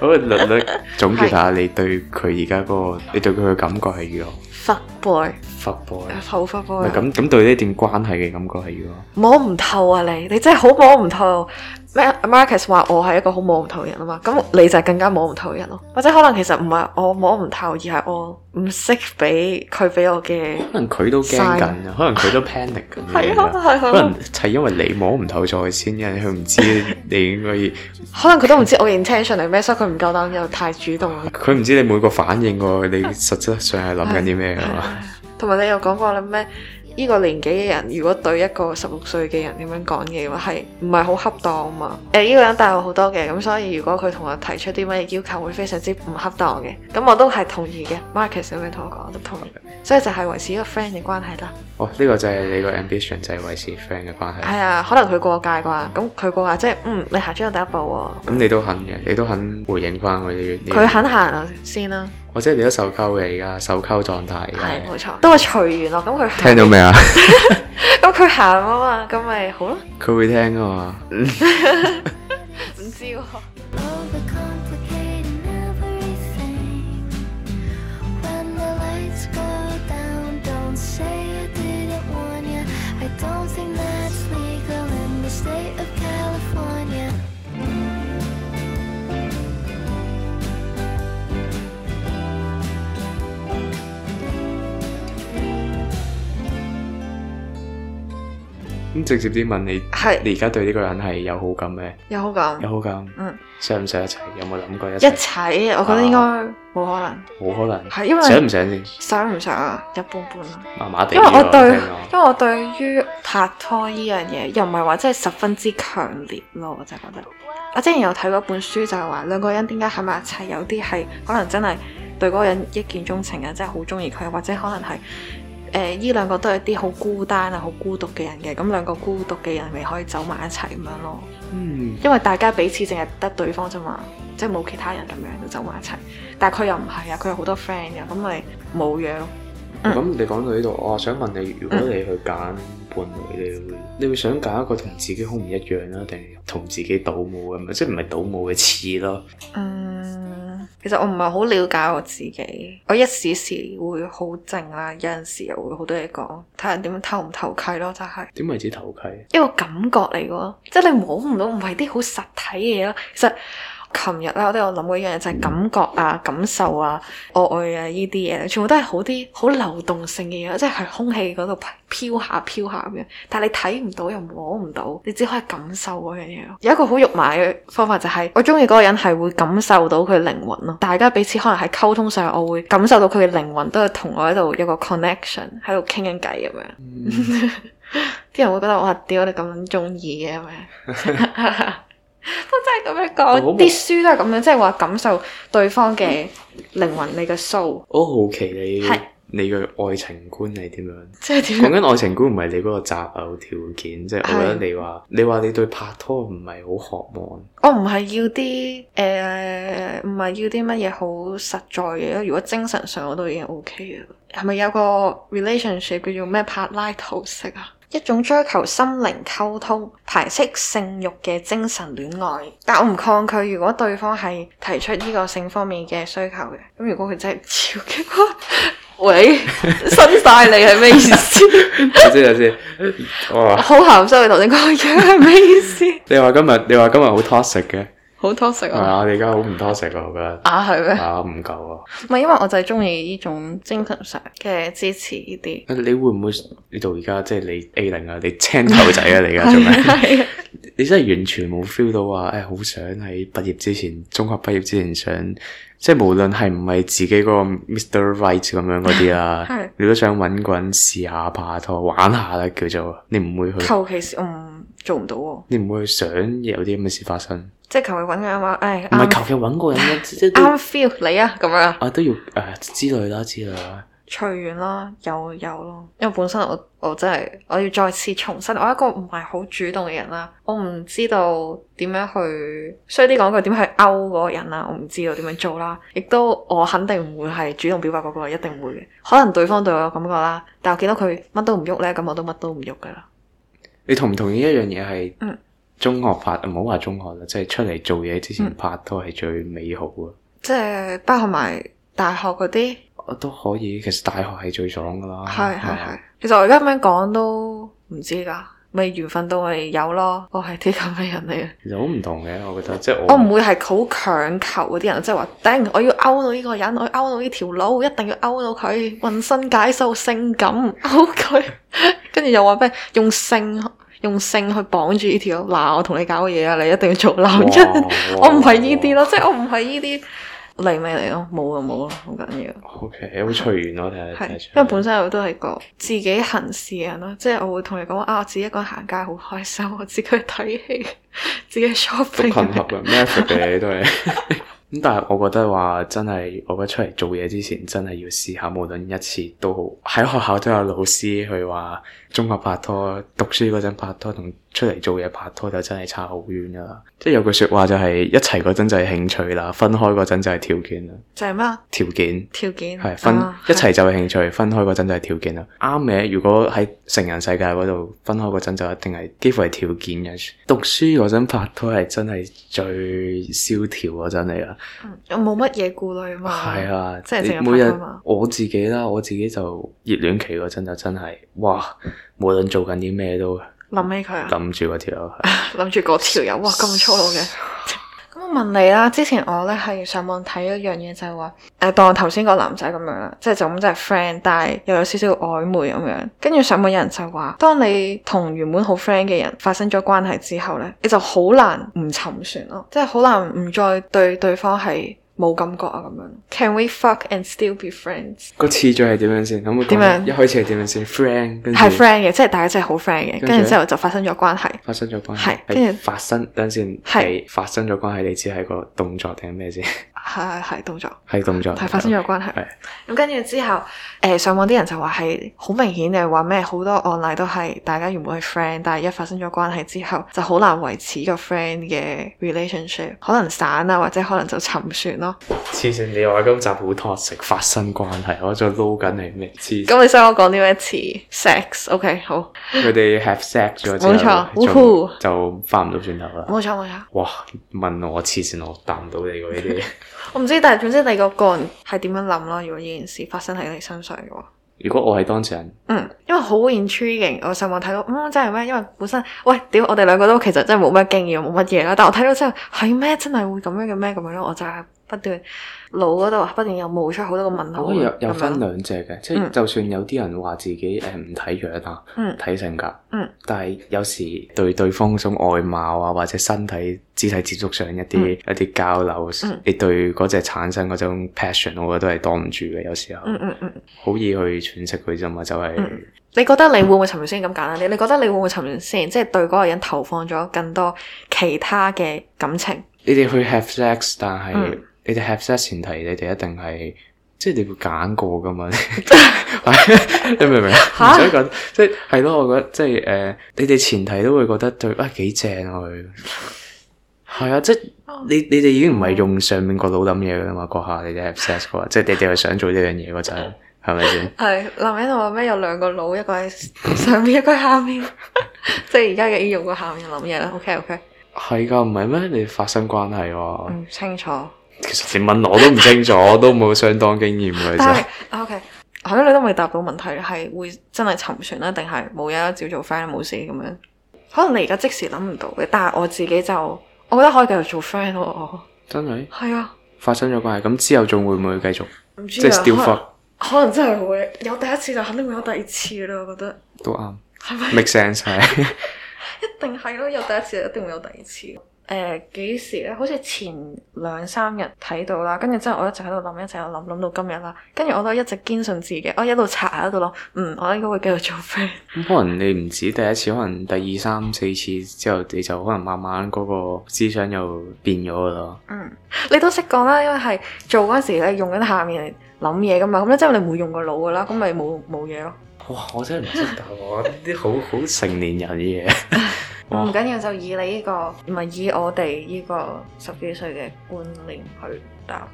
Speaker 1: 好，略略總結下你對佢而家嗰個，你對佢嘅感覺係如何
Speaker 3: fuck boy，
Speaker 1: ？fuck boy，
Speaker 3: 好 fuck
Speaker 1: 唔
Speaker 3: boy 啊
Speaker 1: 係。咁咁對呢段關係嘅感覺係如何？
Speaker 3: 摸唔透啊你，你真係好摸唔透。咩 Marcus 話我係一個好摸唔透嘅人啊嘛，咁你就係更加摸唔透嘅人咯。或者可能其實唔係我摸唔透，而係我唔識俾佢俾我嘅。
Speaker 1: 可能佢都驚緊啊，可能佢都 panic 咁樣
Speaker 3: 係啊
Speaker 1: 啊。
Speaker 3: 係
Speaker 1: 可
Speaker 3: 啊
Speaker 1: 能，係因為你摸唔透咗佢先，因為佢唔知你應該，
Speaker 3: 可能佢都唔知我嘅 intention 係咩，所以佢唔夠膽又太主動咯。
Speaker 1: 佢唔知你每個反應喎， 你實質上係諗緊啲咩㗎嘛？
Speaker 3: 同埋你又講過啦咩？呢個年紀嘅人，如果對一個十六歲嘅人咁樣講嘢嘅話，係唔係好恰當啊嘛？誒、呢、個人大我好多嘅，咁所以如果佢同我提出啲乜嘢要求，會非常之唔恰當嘅。咁我都係同意嘅，Marcus 咁樣同我講，我都同意。所以就係維持一個 friend 嘅關係啦。
Speaker 1: 哦，呢個就係你個 ambition，就係維持 friend 嘅關係。
Speaker 3: 係啊，可能佢過界啩，咁佢過界即係嗯，你行咗第一步喎、
Speaker 1: 咁你都肯嘅，你都肯回應翻佢呢
Speaker 3: 佢肯行啊先啦、
Speaker 1: 我即係你都受溝嘅而家，受溝狀態而
Speaker 3: 係
Speaker 1: 家。
Speaker 3: 冇錯，都係隨緣咯。咁佢行
Speaker 1: 聽到未啊？
Speaker 3: 咁佢行啊嘛，咁咪好咯，
Speaker 1: 佢會聽噶嘛？
Speaker 3: 唔知喎、
Speaker 5: Overcomplicating everything. When the lights go down, don't don't think that's legal in the state of California.
Speaker 1: 咁直接啲問你，
Speaker 3: 係
Speaker 1: 你而家對呢個人係有好感咩？
Speaker 3: 有好感
Speaker 1: 有，好感，
Speaker 3: 嗯，
Speaker 1: 想唔想一齊？有冇諗過一
Speaker 3: 一
Speaker 1: 齊？
Speaker 3: 齊，我覺得應該冇可能，
Speaker 1: 冇可能，
Speaker 3: 係因為
Speaker 1: 想唔想先？
Speaker 3: 想唔想啊？一般般啦。
Speaker 1: 麻麻地
Speaker 3: 因為我
Speaker 1: 喎
Speaker 3: 對，
Speaker 1: 聽落
Speaker 3: 因為我對於拍拖呢樣嘢，又唔係話真係十分之強烈咯，我就覺得。我之前有睇過一本書，就係話兩個人點解喺埋一齊，有啲係可能真係對嗰個人一見鍾情啊，真係好中意佢，或者可能係誒依兩個都係啲好孤單啊、好孤獨嘅人嘅，咁兩個孤獨嘅人咪可以走埋一齊咁樣咯。
Speaker 1: 嗯，
Speaker 3: 因為大家彼此淨係得對方啫嘛，即係冇其他人咁樣就走埋一齊。但係佢又唔係啊，佢有好多 friend 嘅，咁咪冇嘢咯。嗯
Speaker 1: 咁你講到呢度，我想問你，如果你去揀伴侶，你會你會想揀一個同自己好唔一樣啦，定係同自己倒模咁樣？即係唔係倒模嘅似咯？
Speaker 3: 嗯，其實我唔係好了解我自己，我一時時會好靜啦，有陣時又會好多嘢講，睇人點樣投唔投契咯，就係、
Speaker 1: 點為之投契？
Speaker 3: 一個感覺嚟嘅咯，即係你摸唔到，唔係啲好實體嘅嘢咯。其實琴日啦，我都有諗過一樣嘢，就係、感覺啊、感受啊、我愛啊呢啲嘢，全部都係好啲好流動性嘅嘢，即係喺空氣嗰度飄下飄下咁樣。但係你睇唔到又摸唔到，你只可以感受嗰樣嘢咯。有一個好肉麻嘅方法就係、我中意嗰個人係會感受到佢靈魂咯。大家彼此可能喺溝通上，我會感受到佢嘅靈魂都係同我喺度有個 connection，喺度傾緊偈咁樣。
Speaker 1: 嗯
Speaker 3: 啲人會覺得哇，屌你咁撚中意嘅咁樣， 不過真係咁樣
Speaker 1: 我
Speaker 3: 講
Speaker 1: 哦好，冇
Speaker 3: 啲書都係咁樣，即係話感受對方嘅靈魂，你嘅 soul，
Speaker 1: 我好奇你
Speaker 3: 係
Speaker 1: 你嘅愛情觀係點樣？
Speaker 3: 即係
Speaker 1: 講
Speaker 3: 點樣？
Speaker 1: 緊愛情觀唔係你嗰個擇偶條件，即係我覺
Speaker 3: 係
Speaker 1: 得你話你話你對拍拖唔係好渴望，
Speaker 3: 我哦唔係要啲誒，唔係要啲乜嘢好實在嘅，如果精神上我都已經 OK 嘅啦。係咪有個 relationship 叫做咩柏拉圖式啊？一種追求心靈溝通、排斥性慾嘅精神戀愛，但我唔抗拒。如果對方係提出呢個性方面嘅需求嘅，咁如果佢真係唔要嘅話，喂，伸晒你係咩意思？
Speaker 1: 我知我知，我話
Speaker 3: 好鹹濕，你頭先講嘅係咩意思？
Speaker 1: 你話今日你話今日好 toxic 嘅，
Speaker 3: 好 toxic
Speaker 1: 係
Speaker 3: 啊！
Speaker 1: 啊，你而家好唔 toxic 啊，我覺得
Speaker 3: 啊，係咩？
Speaker 1: 啊唔夠啊，
Speaker 3: 唔係，因為我就係中意呢種精神上嘅支持呢啲。
Speaker 1: 你會唔會你到而家即係你 A 零啊，你青頭仔 啊，你而家做咩？
Speaker 3: 係啊
Speaker 1: 你真係完全冇 feel 到話，誒、哎好想喺畢業之前，中學畢業之前想，即係無論係唔係自己嗰個 Mr. Right 咁樣嗰啲
Speaker 3: 係
Speaker 1: 啦，你都想揾個人試下拍拖玩下啦，叫做你唔會去，
Speaker 3: 求其是我唔做唔到喎，
Speaker 1: 你唔會去想有啲咁嘅事發生，
Speaker 3: 即係求其揾個人話，誒
Speaker 1: 唔係
Speaker 3: 啱
Speaker 1: 求其揾個人啦，啊即係都
Speaker 3: 啱 feel 你啊咁樣啊，
Speaker 1: 啊都要誒、啊之類啦之類啦，
Speaker 3: 隨緣啦，有有咯。因為本身我我真係我要再次重申，我一個唔係好主動嘅人啦，我唔知道點樣去，衰啲講句點去勾嗰個人啦，我唔知道點樣做啦，亦都我肯定唔會係主動表白嗰個，一定會嘅。可能對方對我有感覺啦，但我見到佢乜都唔喐呢，咁我都乜都唔喐噶啦。
Speaker 1: 你同唔同意一樣嘢係？
Speaker 3: 嗯
Speaker 1: 中學拍唔好話中學啦，即係出嚟做嘢之前
Speaker 3: 嗯
Speaker 1: 拍拖係最美好啊！
Speaker 3: 即係包含埋大學嗰啲，
Speaker 1: 我都可以，其實大學係最爽噶啦，
Speaker 3: 係係
Speaker 1: 啊
Speaker 3: 係。其實我而家咁樣講都唔知㗎，咪緣分到咪有咯。我係啲咁嘅人嚟嘅，
Speaker 1: 其實好唔同嘅，我覺得即係
Speaker 3: 我
Speaker 1: 我
Speaker 3: 唔會係好強求嗰啲人，即係話頂，我要勾到呢個人，我要勾到呢條佬，一定要勾到佢，渾身解數性感 勾佢，跟住又話咩用性用性去綁住呢條佬，嗱我同你搞嘅嘢啊，你一定要做男人。 我唔係呢啲
Speaker 1: 咯。
Speaker 3: 咯，即係我唔係呢啲嚟咪嚟咯，冇就冇咯，好緊要。
Speaker 1: O K，好隨緣咯，睇下睇
Speaker 3: 係
Speaker 1: 得，出
Speaker 3: 因為本身我都係個自己行事嘅人咯，即係我會同你講話啊，我自己一個人行街好開心， 我自己去睇戲， 自己去
Speaker 1: 都群
Speaker 3: shopping，
Speaker 1: 合啊 m e t h o d 嘅都係。咁但係我覺得話真係，我覺得出嚟做嘢之前真係要試下，無論一次都好。喺學校都有老師去話，中學拍拖、讀書嗰陣拍拖同出嚟做嘢拍拖就真係差好遠噶啦。即係有句説話就係一齊嗰陣就係興趣啦，分開嗰陣就係條件啦，
Speaker 3: 就係咩啊
Speaker 1: 條件。
Speaker 3: 條件
Speaker 1: 係分
Speaker 3: 啊
Speaker 1: 一齊就係興趣，分開嗰陣就係條件啦。啱嘅，如果喺成人世界嗰度分開嗰陣就一定係幾乎係條件嘅。讀書嗰陣拍拖係真係最蕭條嗰陣嚟啦。
Speaker 3: 嗯我冇乜嘢顧慮嘛。
Speaker 1: 係啊，
Speaker 3: 即係
Speaker 1: 你
Speaker 3: 淨係
Speaker 1: 每
Speaker 3: 拍
Speaker 1: 日
Speaker 3: 拖嘛
Speaker 1: 我自己啦，我自己就熱戀期嗰陣就真係，哇！無論做緊啲咩都
Speaker 3: 諗起佢啊，
Speaker 1: 諗住嗰條友，
Speaker 3: 諗住嗰條友，哇咁粗魯嘅。 咁我問你啦，之前我咧係上網睇一樣嘢，就係話誒當頭先個男仔咁樣啦，即係就咁就係 friend，但係又有少少曖昧咁樣。跟住上網有人就話，當你同原本好 friend 嘅人發生咗關係之後咧，你就好難唔沉船咯，即係好難唔再對對方係冇感覺啊咁樣。Can we fuck and still be friends？
Speaker 1: 個次序係點樣先？可唔可以講
Speaker 3: 點樣
Speaker 1: 一開始係點樣先？friend 跟住
Speaker 3: 係 friend 嘅，即係大家真係好 friend 嘅，
Speaker 1: 跟住呢
Speaker 3: 跟住之後就發生咗關係。
Speaker 1: 發生咗關係
Speaker 3: 係，跟住
Speaker 1: 發生等陣先，
Speaker 3: 係
Speaker 1: 係發生咗關係，你知係個動作定係咩先？
Speaker 3: 係係動作，
Speaker 1: 係動作，
Speaker 3: 係發生咗關係。
Speaker 1: 係
Speaker 3: 咁跟住之後，誒、上網啲人就話係好明顯嘅，話咩好多案例都係大家原本係 friend，但係一發生咗關係之後，就好難維持個 friend 嘅 relationship，可能散啊，或者可能就沉船咯。
Speaker 1: 黐線！你話今集好 toxic，發生關係，我再撈緊係咩？黐線
Speaker 3: 咁你想我講啲咩詞？sex，OK，、好，
Speaker 1: 佢哋 have sex 咗之
Speaker 3: 冇錯
Speaker 1: 後
Speaker 3: 呼
Speaker 1: 就，就翻唔到轉頭啦。
Speaker 3: 冇錯冇錯。
Speaker 1: 哇！問我黐線，我答唔到你喎呢啲 嘢。
Speaker 3: 我唔知，但係總之你個個人係點樣諗咯。如果呢件事發生喺你身上嘅話。
Speaker 1: 如果我係當事人，
Speaker 3: 嗯，因為好 intriguing，我上網睇到，嗯，真係咩？因為本身，喂，屌，我哋兩個都其實真係冇乜經驗，冇乜嘢啦。但我睇到之後，係咩？真係會咁樣嘅咩？咁樣咯，我就係不斷腦嗰度不斷又冒出好多個問號
Speaker 1: 我覺得有有
Speaker 3: 咁樣
Speaker 1: 分
Speaker 3: 咯。
Speaker 1: 兩隻嘅，即係
Speaker 3: 嗯
Speaker 1: 就算有啲人話自己誒唔睇樣啊，
Speaker 3: 嗯
Speaker 1: 睇性格，
Speaker 3: 嗯
Speaker 1: 但係有時對對方嗰種外貌啊或者身體肢體接觸上一啲
Speaker 3: 嗯
Speaker 1: 一啲交流
Speaker 3: 嗯，
Speaker 1: 你對嗰隻產生嗰種 passion，我覺得都係擋唔住嘅。有時候
Speaker 3: 嗯嗯嗯，
Speaker 1: 好易去詮釋佢啫嘛，就係
Speaker 3: 嗯你覺得你會唔會沉船先咁簡單啲？你覺得你會唔會沉船先？即係對嗰個人投放咗更多其他嘅感情。
Speaker 1: 你哋去 have sex，但係
Speaker 3: 嗯
Speaker 1: 你哋 have sex 前提，你哋一定係。即係你會揀過噶 嘛？你明唔明啊？唔
Speaker 3: 嚇
Speaker 1: 使講，即係係咯，我覺得即係誒、呃你哋前提都會覺得對啊幾正啊佢，係啊，即係你你哋已經唔係用上面個腦諗嘢噶啦嘛，嗰下你哋 have sex 嗰下，即係你哋係想做呢樣嘢嗰陣，係咪先？
Speaker 3: 係男人話咩？有兩個腦，一個喺上面，一個喺下面，即係而家嘅 E 用個下面諗嘢啦。OK
Speaker 1: 哦
Speaker 3: OK，
Speaker 1: 係噶，唔係咩？你發生關係喎、
Speaker 3: 唔嗯清楚。
Speaker 1: 其實你問我都唔清楚，我都冇相當經驗嘅
Speaker 3: 但
Speaker 1: 啫
Speaker 3: 係。OK，係啊咯，你都未答到問題，係會真係沉船啦，啊定係冇嘢啦，照做 friend 冇事咁樣？可能你而家即時諗唔到嘅，但係我自己就，我覺得可以繼續做 friend 咯。我
Speaker 1: 真係
Speaker 3: 係啊，
Speaker 1: 發生咗關係，咁之後仲會唔會繼續？
Speaker 3: 唔知
Speaker 1: 即係
Speaker 3: 啊，
Speaker 1: still
Speaker 3: 可
Speaker 1: fuck
Speaker 3: 能可能真係會有第一次就肯定會有第二次啦。我覺得
Speaker 1: 都啱
Speaker 3: 係咪
Speaker 1: ，make sense 係。
Speaker 3: 一定係咯，有第一次就一定會有第二次。誒、幾時咧？好似前兩三日睇到啦，跟住之後我一直喺度諗，一直喺度諗，諗到今日啦。跟住我都一直堅信自己，我一路查一路諗，嗯，我應該會繼續做 friend。
Speaker 1: 咁可能你唔止第一次，可能第二三四次之後，你就可能慢慢嗰個思想又變咗噶啦。
Speaker 3: 嗯你都識講啦，因為係做嗰陣時咧用緊下面嚟諗嘢噶嘛，咁咧即係你唔會用個腦噶啦，咁咪冇冇嘢咯。
Speaker 1: 哇！我真係唔識答我呢啲好好成年人嘅嘢。 哇
Speaker 3: 唔緊要，就以你呢、個唔係以我哋呢個十幾歲嘅觀念去答，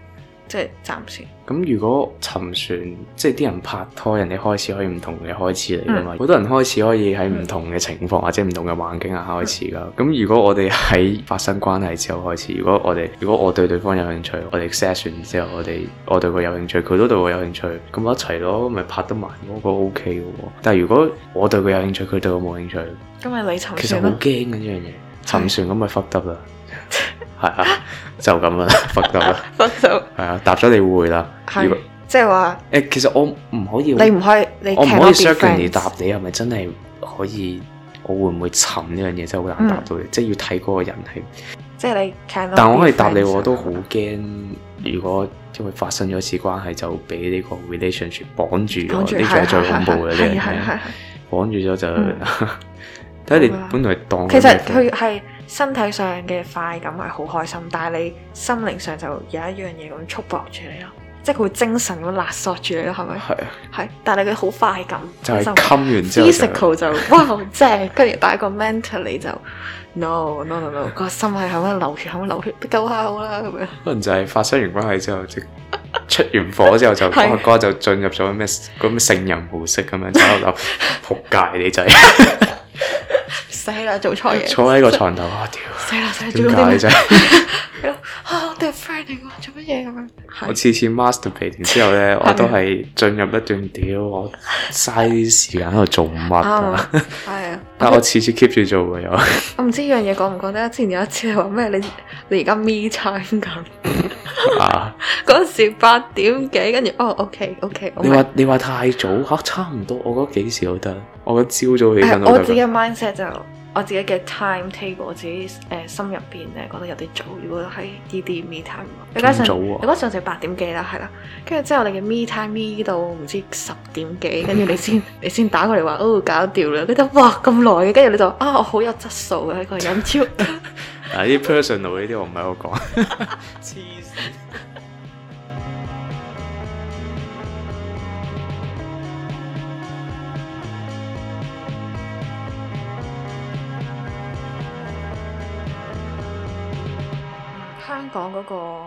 Speaker 3: 即係暫時。
Speaker 1: 咁如果沉船，即係啲人拍拖，人哋開始可以唔同嘅開始嚟噶
Speaker 3: 嗯
Speaker 1: 嘛？好、多人開始可以喺唔同嘅情況或者唔同嘅環境下
Speaker 3: 嗯
Speaker 1: 開始噶。咁、如果我哋喺發生關係之後開始，如果我哋如果我對對方有興趣，我哋 session 之後，我哋我對佢有興趣，佢都對我有興趣，咁我一齊咯，咪拍得埋嗰個 OK 嘅喎。但係如果我對佢有興趣，佢對我冇興趣，
Speaker 3: 咁咪你沉
Speaker 1: 其實
Speaker 3: 船
Speaker 1: 好
Speaker 3: 咯
Speaker 1: 驚。嘅呢樣嘢。沉船咁咪 fuck 得 啦，係啊，就咁啦，fuck 得啦，
Speaker 3: 分手
Speaker 1: 係啊，答咗你會啦。如
Speaker 3: 係
Speaker 1: 果
Speaker 3: 即係話
Speaker 1: 誒，其實我唔可以，
Speaker 3: 你唔可以，你
Speaker 1: 我唔可以
Speaker 3: cannot be
Speaker 1: certainly
Speaker 3: friends
Speaker 1: 答你係咪真係可以，我會唔會沉呢樣嘢真係好
Speaker 3: 嗯
Speaker 1: 難答到你，即係要睇嗰個人係。
Speaker 3: 即係你 cannot
Speaker 1: 但我可以
Speaker 3: be
Speaker 1: 答你，
Speaker 3: friends 啊
Speaker 1: 我都好驚，如果因為發生咗一次關係就俾呢個 relationship 綁住
Speaker 3: 講住
Speaker 1: 咗，呢個係最恐怖嘅
Speaker 3: 係係
Speaker 1: 呢樣
Speaker 3: 係係
Speaker 1: 嘢
Speaker 3: 係。
Speaker 1: 綁住咗就
Speaker 3: 嗯，
Speaker 1: 睇你
Speaker 3: 好啦
Speaker 1: 本來當
Speaker 3: 其
Speaker 1: 咩
Speaker 3: 實
Speaker 1: friend
Speaker 3: 佢係身體上嘅快感係好開心，但係你心靈上就有一樣嘢咁束縛住你咯，即係佢會精神咁勒索住你咯，係咪？
Speaker 1: 係啊
Speaker 3: 係，但係你嘅好快感
Speaker 1: 就係冚完之後就
Speaker 3: physical 就哇好正，跟住但係個 mentally 就 no no no no，個心係咁樣流血，咁樣流血，救下我啦咁樣。
Speaker 1: 可能就係發生完關係之 後，即出完火之後就
Speaker 3: 係
Speaker 1: 嗰個就進入咗咩嗰咩聖人模式咁 樣，就喺度諗仆街你仔，
Speaker 3: 死啦，做錯嘢。
Speaker 1: 坐喺個床頭啊屌，
Speaker 3: 死啦死啦，做
Speaker 1: 點解
Speaker 3: 咗啲
Speaker 1: 你
Speaker 3: 咩
Speaker 1: 仔？
Speaker 3: 係咯啊！我哋係 friend 嚟㗎，做乜嘢咁樣？
Speaker 1: 我
Speaker 3: 係
Speaker 1: 次次 masturbate 完之後咧，我
Speaker 3: 係
Speaker 1: 都係進入一段屌，我嘥啲時間喺度做乜
Speaker 3: 啱啊
Speaker 1: 啊？，
Speaker 3: 係啊。
Speaker 1: 但我次次 keep 住做 嘅又，
Speaker 3: 我唔知呢樣嘢講唔講得，之前有一次你話咩？你你而家 me time 緊，
Speaker 1: 啊！
Speaker 3: 嗰陣時八點幾，跟住哦，OK OK，我
Speaker 1: 你
Speaker 3: 明。
Speaker 1: 話你話太早嚇、差唔多，我覺得幾時都得，我覺得朝早起
Speaker 3: 誒
Speaker 1: 身
Speaker 3: 我
Speaker 1: 都
Speaker 3: 自
Speaker 1: 得
Speaker 3: 己嘅
Speaker 1: 㗎。
Speaker 3: mindset 就我自己嘅 timetable，我自己誒、呃心入邊咧覺得有啲早。如果喺呢啲 me time，你嗰
Speaker 1: 咁
Speaker 3: 陣
Speaker 1: 早喎啊
Speaker 3: 你嗰陣就八點幾啦，係啦。跟住之後你嘅 me time me 到唔知十點幾，跟住 你先你先打過嚟話哦搞掂啦，跟住哇咁耐嘅，跟住你就啊我好有質素嘅一個人超。
Speaker 1: 啊！啲 personal 呢啲我唔係好講。
Speaker 3: 香港嗰個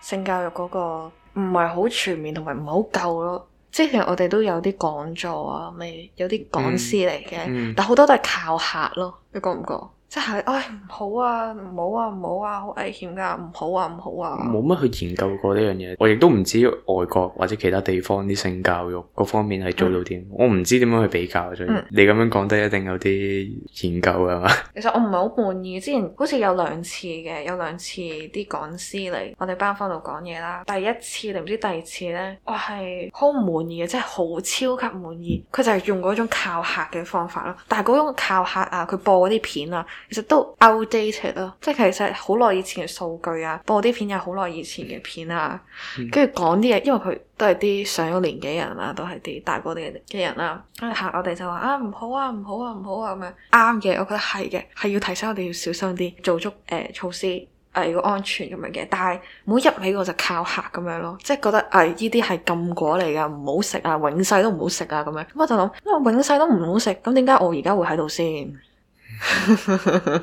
Speaker 3: 性教育嗰個唔係好全面，同埋唔係好夠咯。之前我哋都有啲講座啊，咪有啲講師嚟嘅，
Speaker 1: 嗯嗯
Speaker 3: 但好多都係靠客咯。你覺唔覺？即係唉唔好啊，唔好啊，唔好啊，好危險㗎，唔好啊，唔好啊。
Speaker 1: 冇乜去研究過呢樣嘢，我亦都唔知外國或者其他地方啲性教育嗰方面係做到點，我唔知點樣去比較。所以
Speaker 3: 嗯
Speaker 1: 你咁樣講得一定有啲研究係 嘛？
Speaker 3: 其實我唔係好滿意，之前好似有兩次嘅，有兩次啲講師嚟我哋班房度講嘢啦。第一次定唔知第二次呢，我係好唔滿意嘅，即係好超級唔滿意。佢就係用嗰種靠客嘅方法咯，但係嗰種靠客啊，佢播嗰啲片啊，其實都 outdated 咯，即係其實好耐以前嘅數據啊，播啲片有好耐以前嘅片啊，跟住講啲嘢，因為佢都係啲上咗年紀人啦，都係啲大個啲嘅人啦，跟住嚇我哋就話啊唔好啊唔好啊唔好啊咁樣，啱嘅，我覺得係嘅，係要提醒我哋要小心啲，做足誒、呃措施，誒、要安全咁樣嘅，但係唔好一味我就靠嚇咁樣咯，即係覺得誒呢啲係禁果嚟㗎，唔好食啊，永世都唔好食啊咁樣，咁我就諗，因為永世都唔好食，咁點解我而家會喺度先？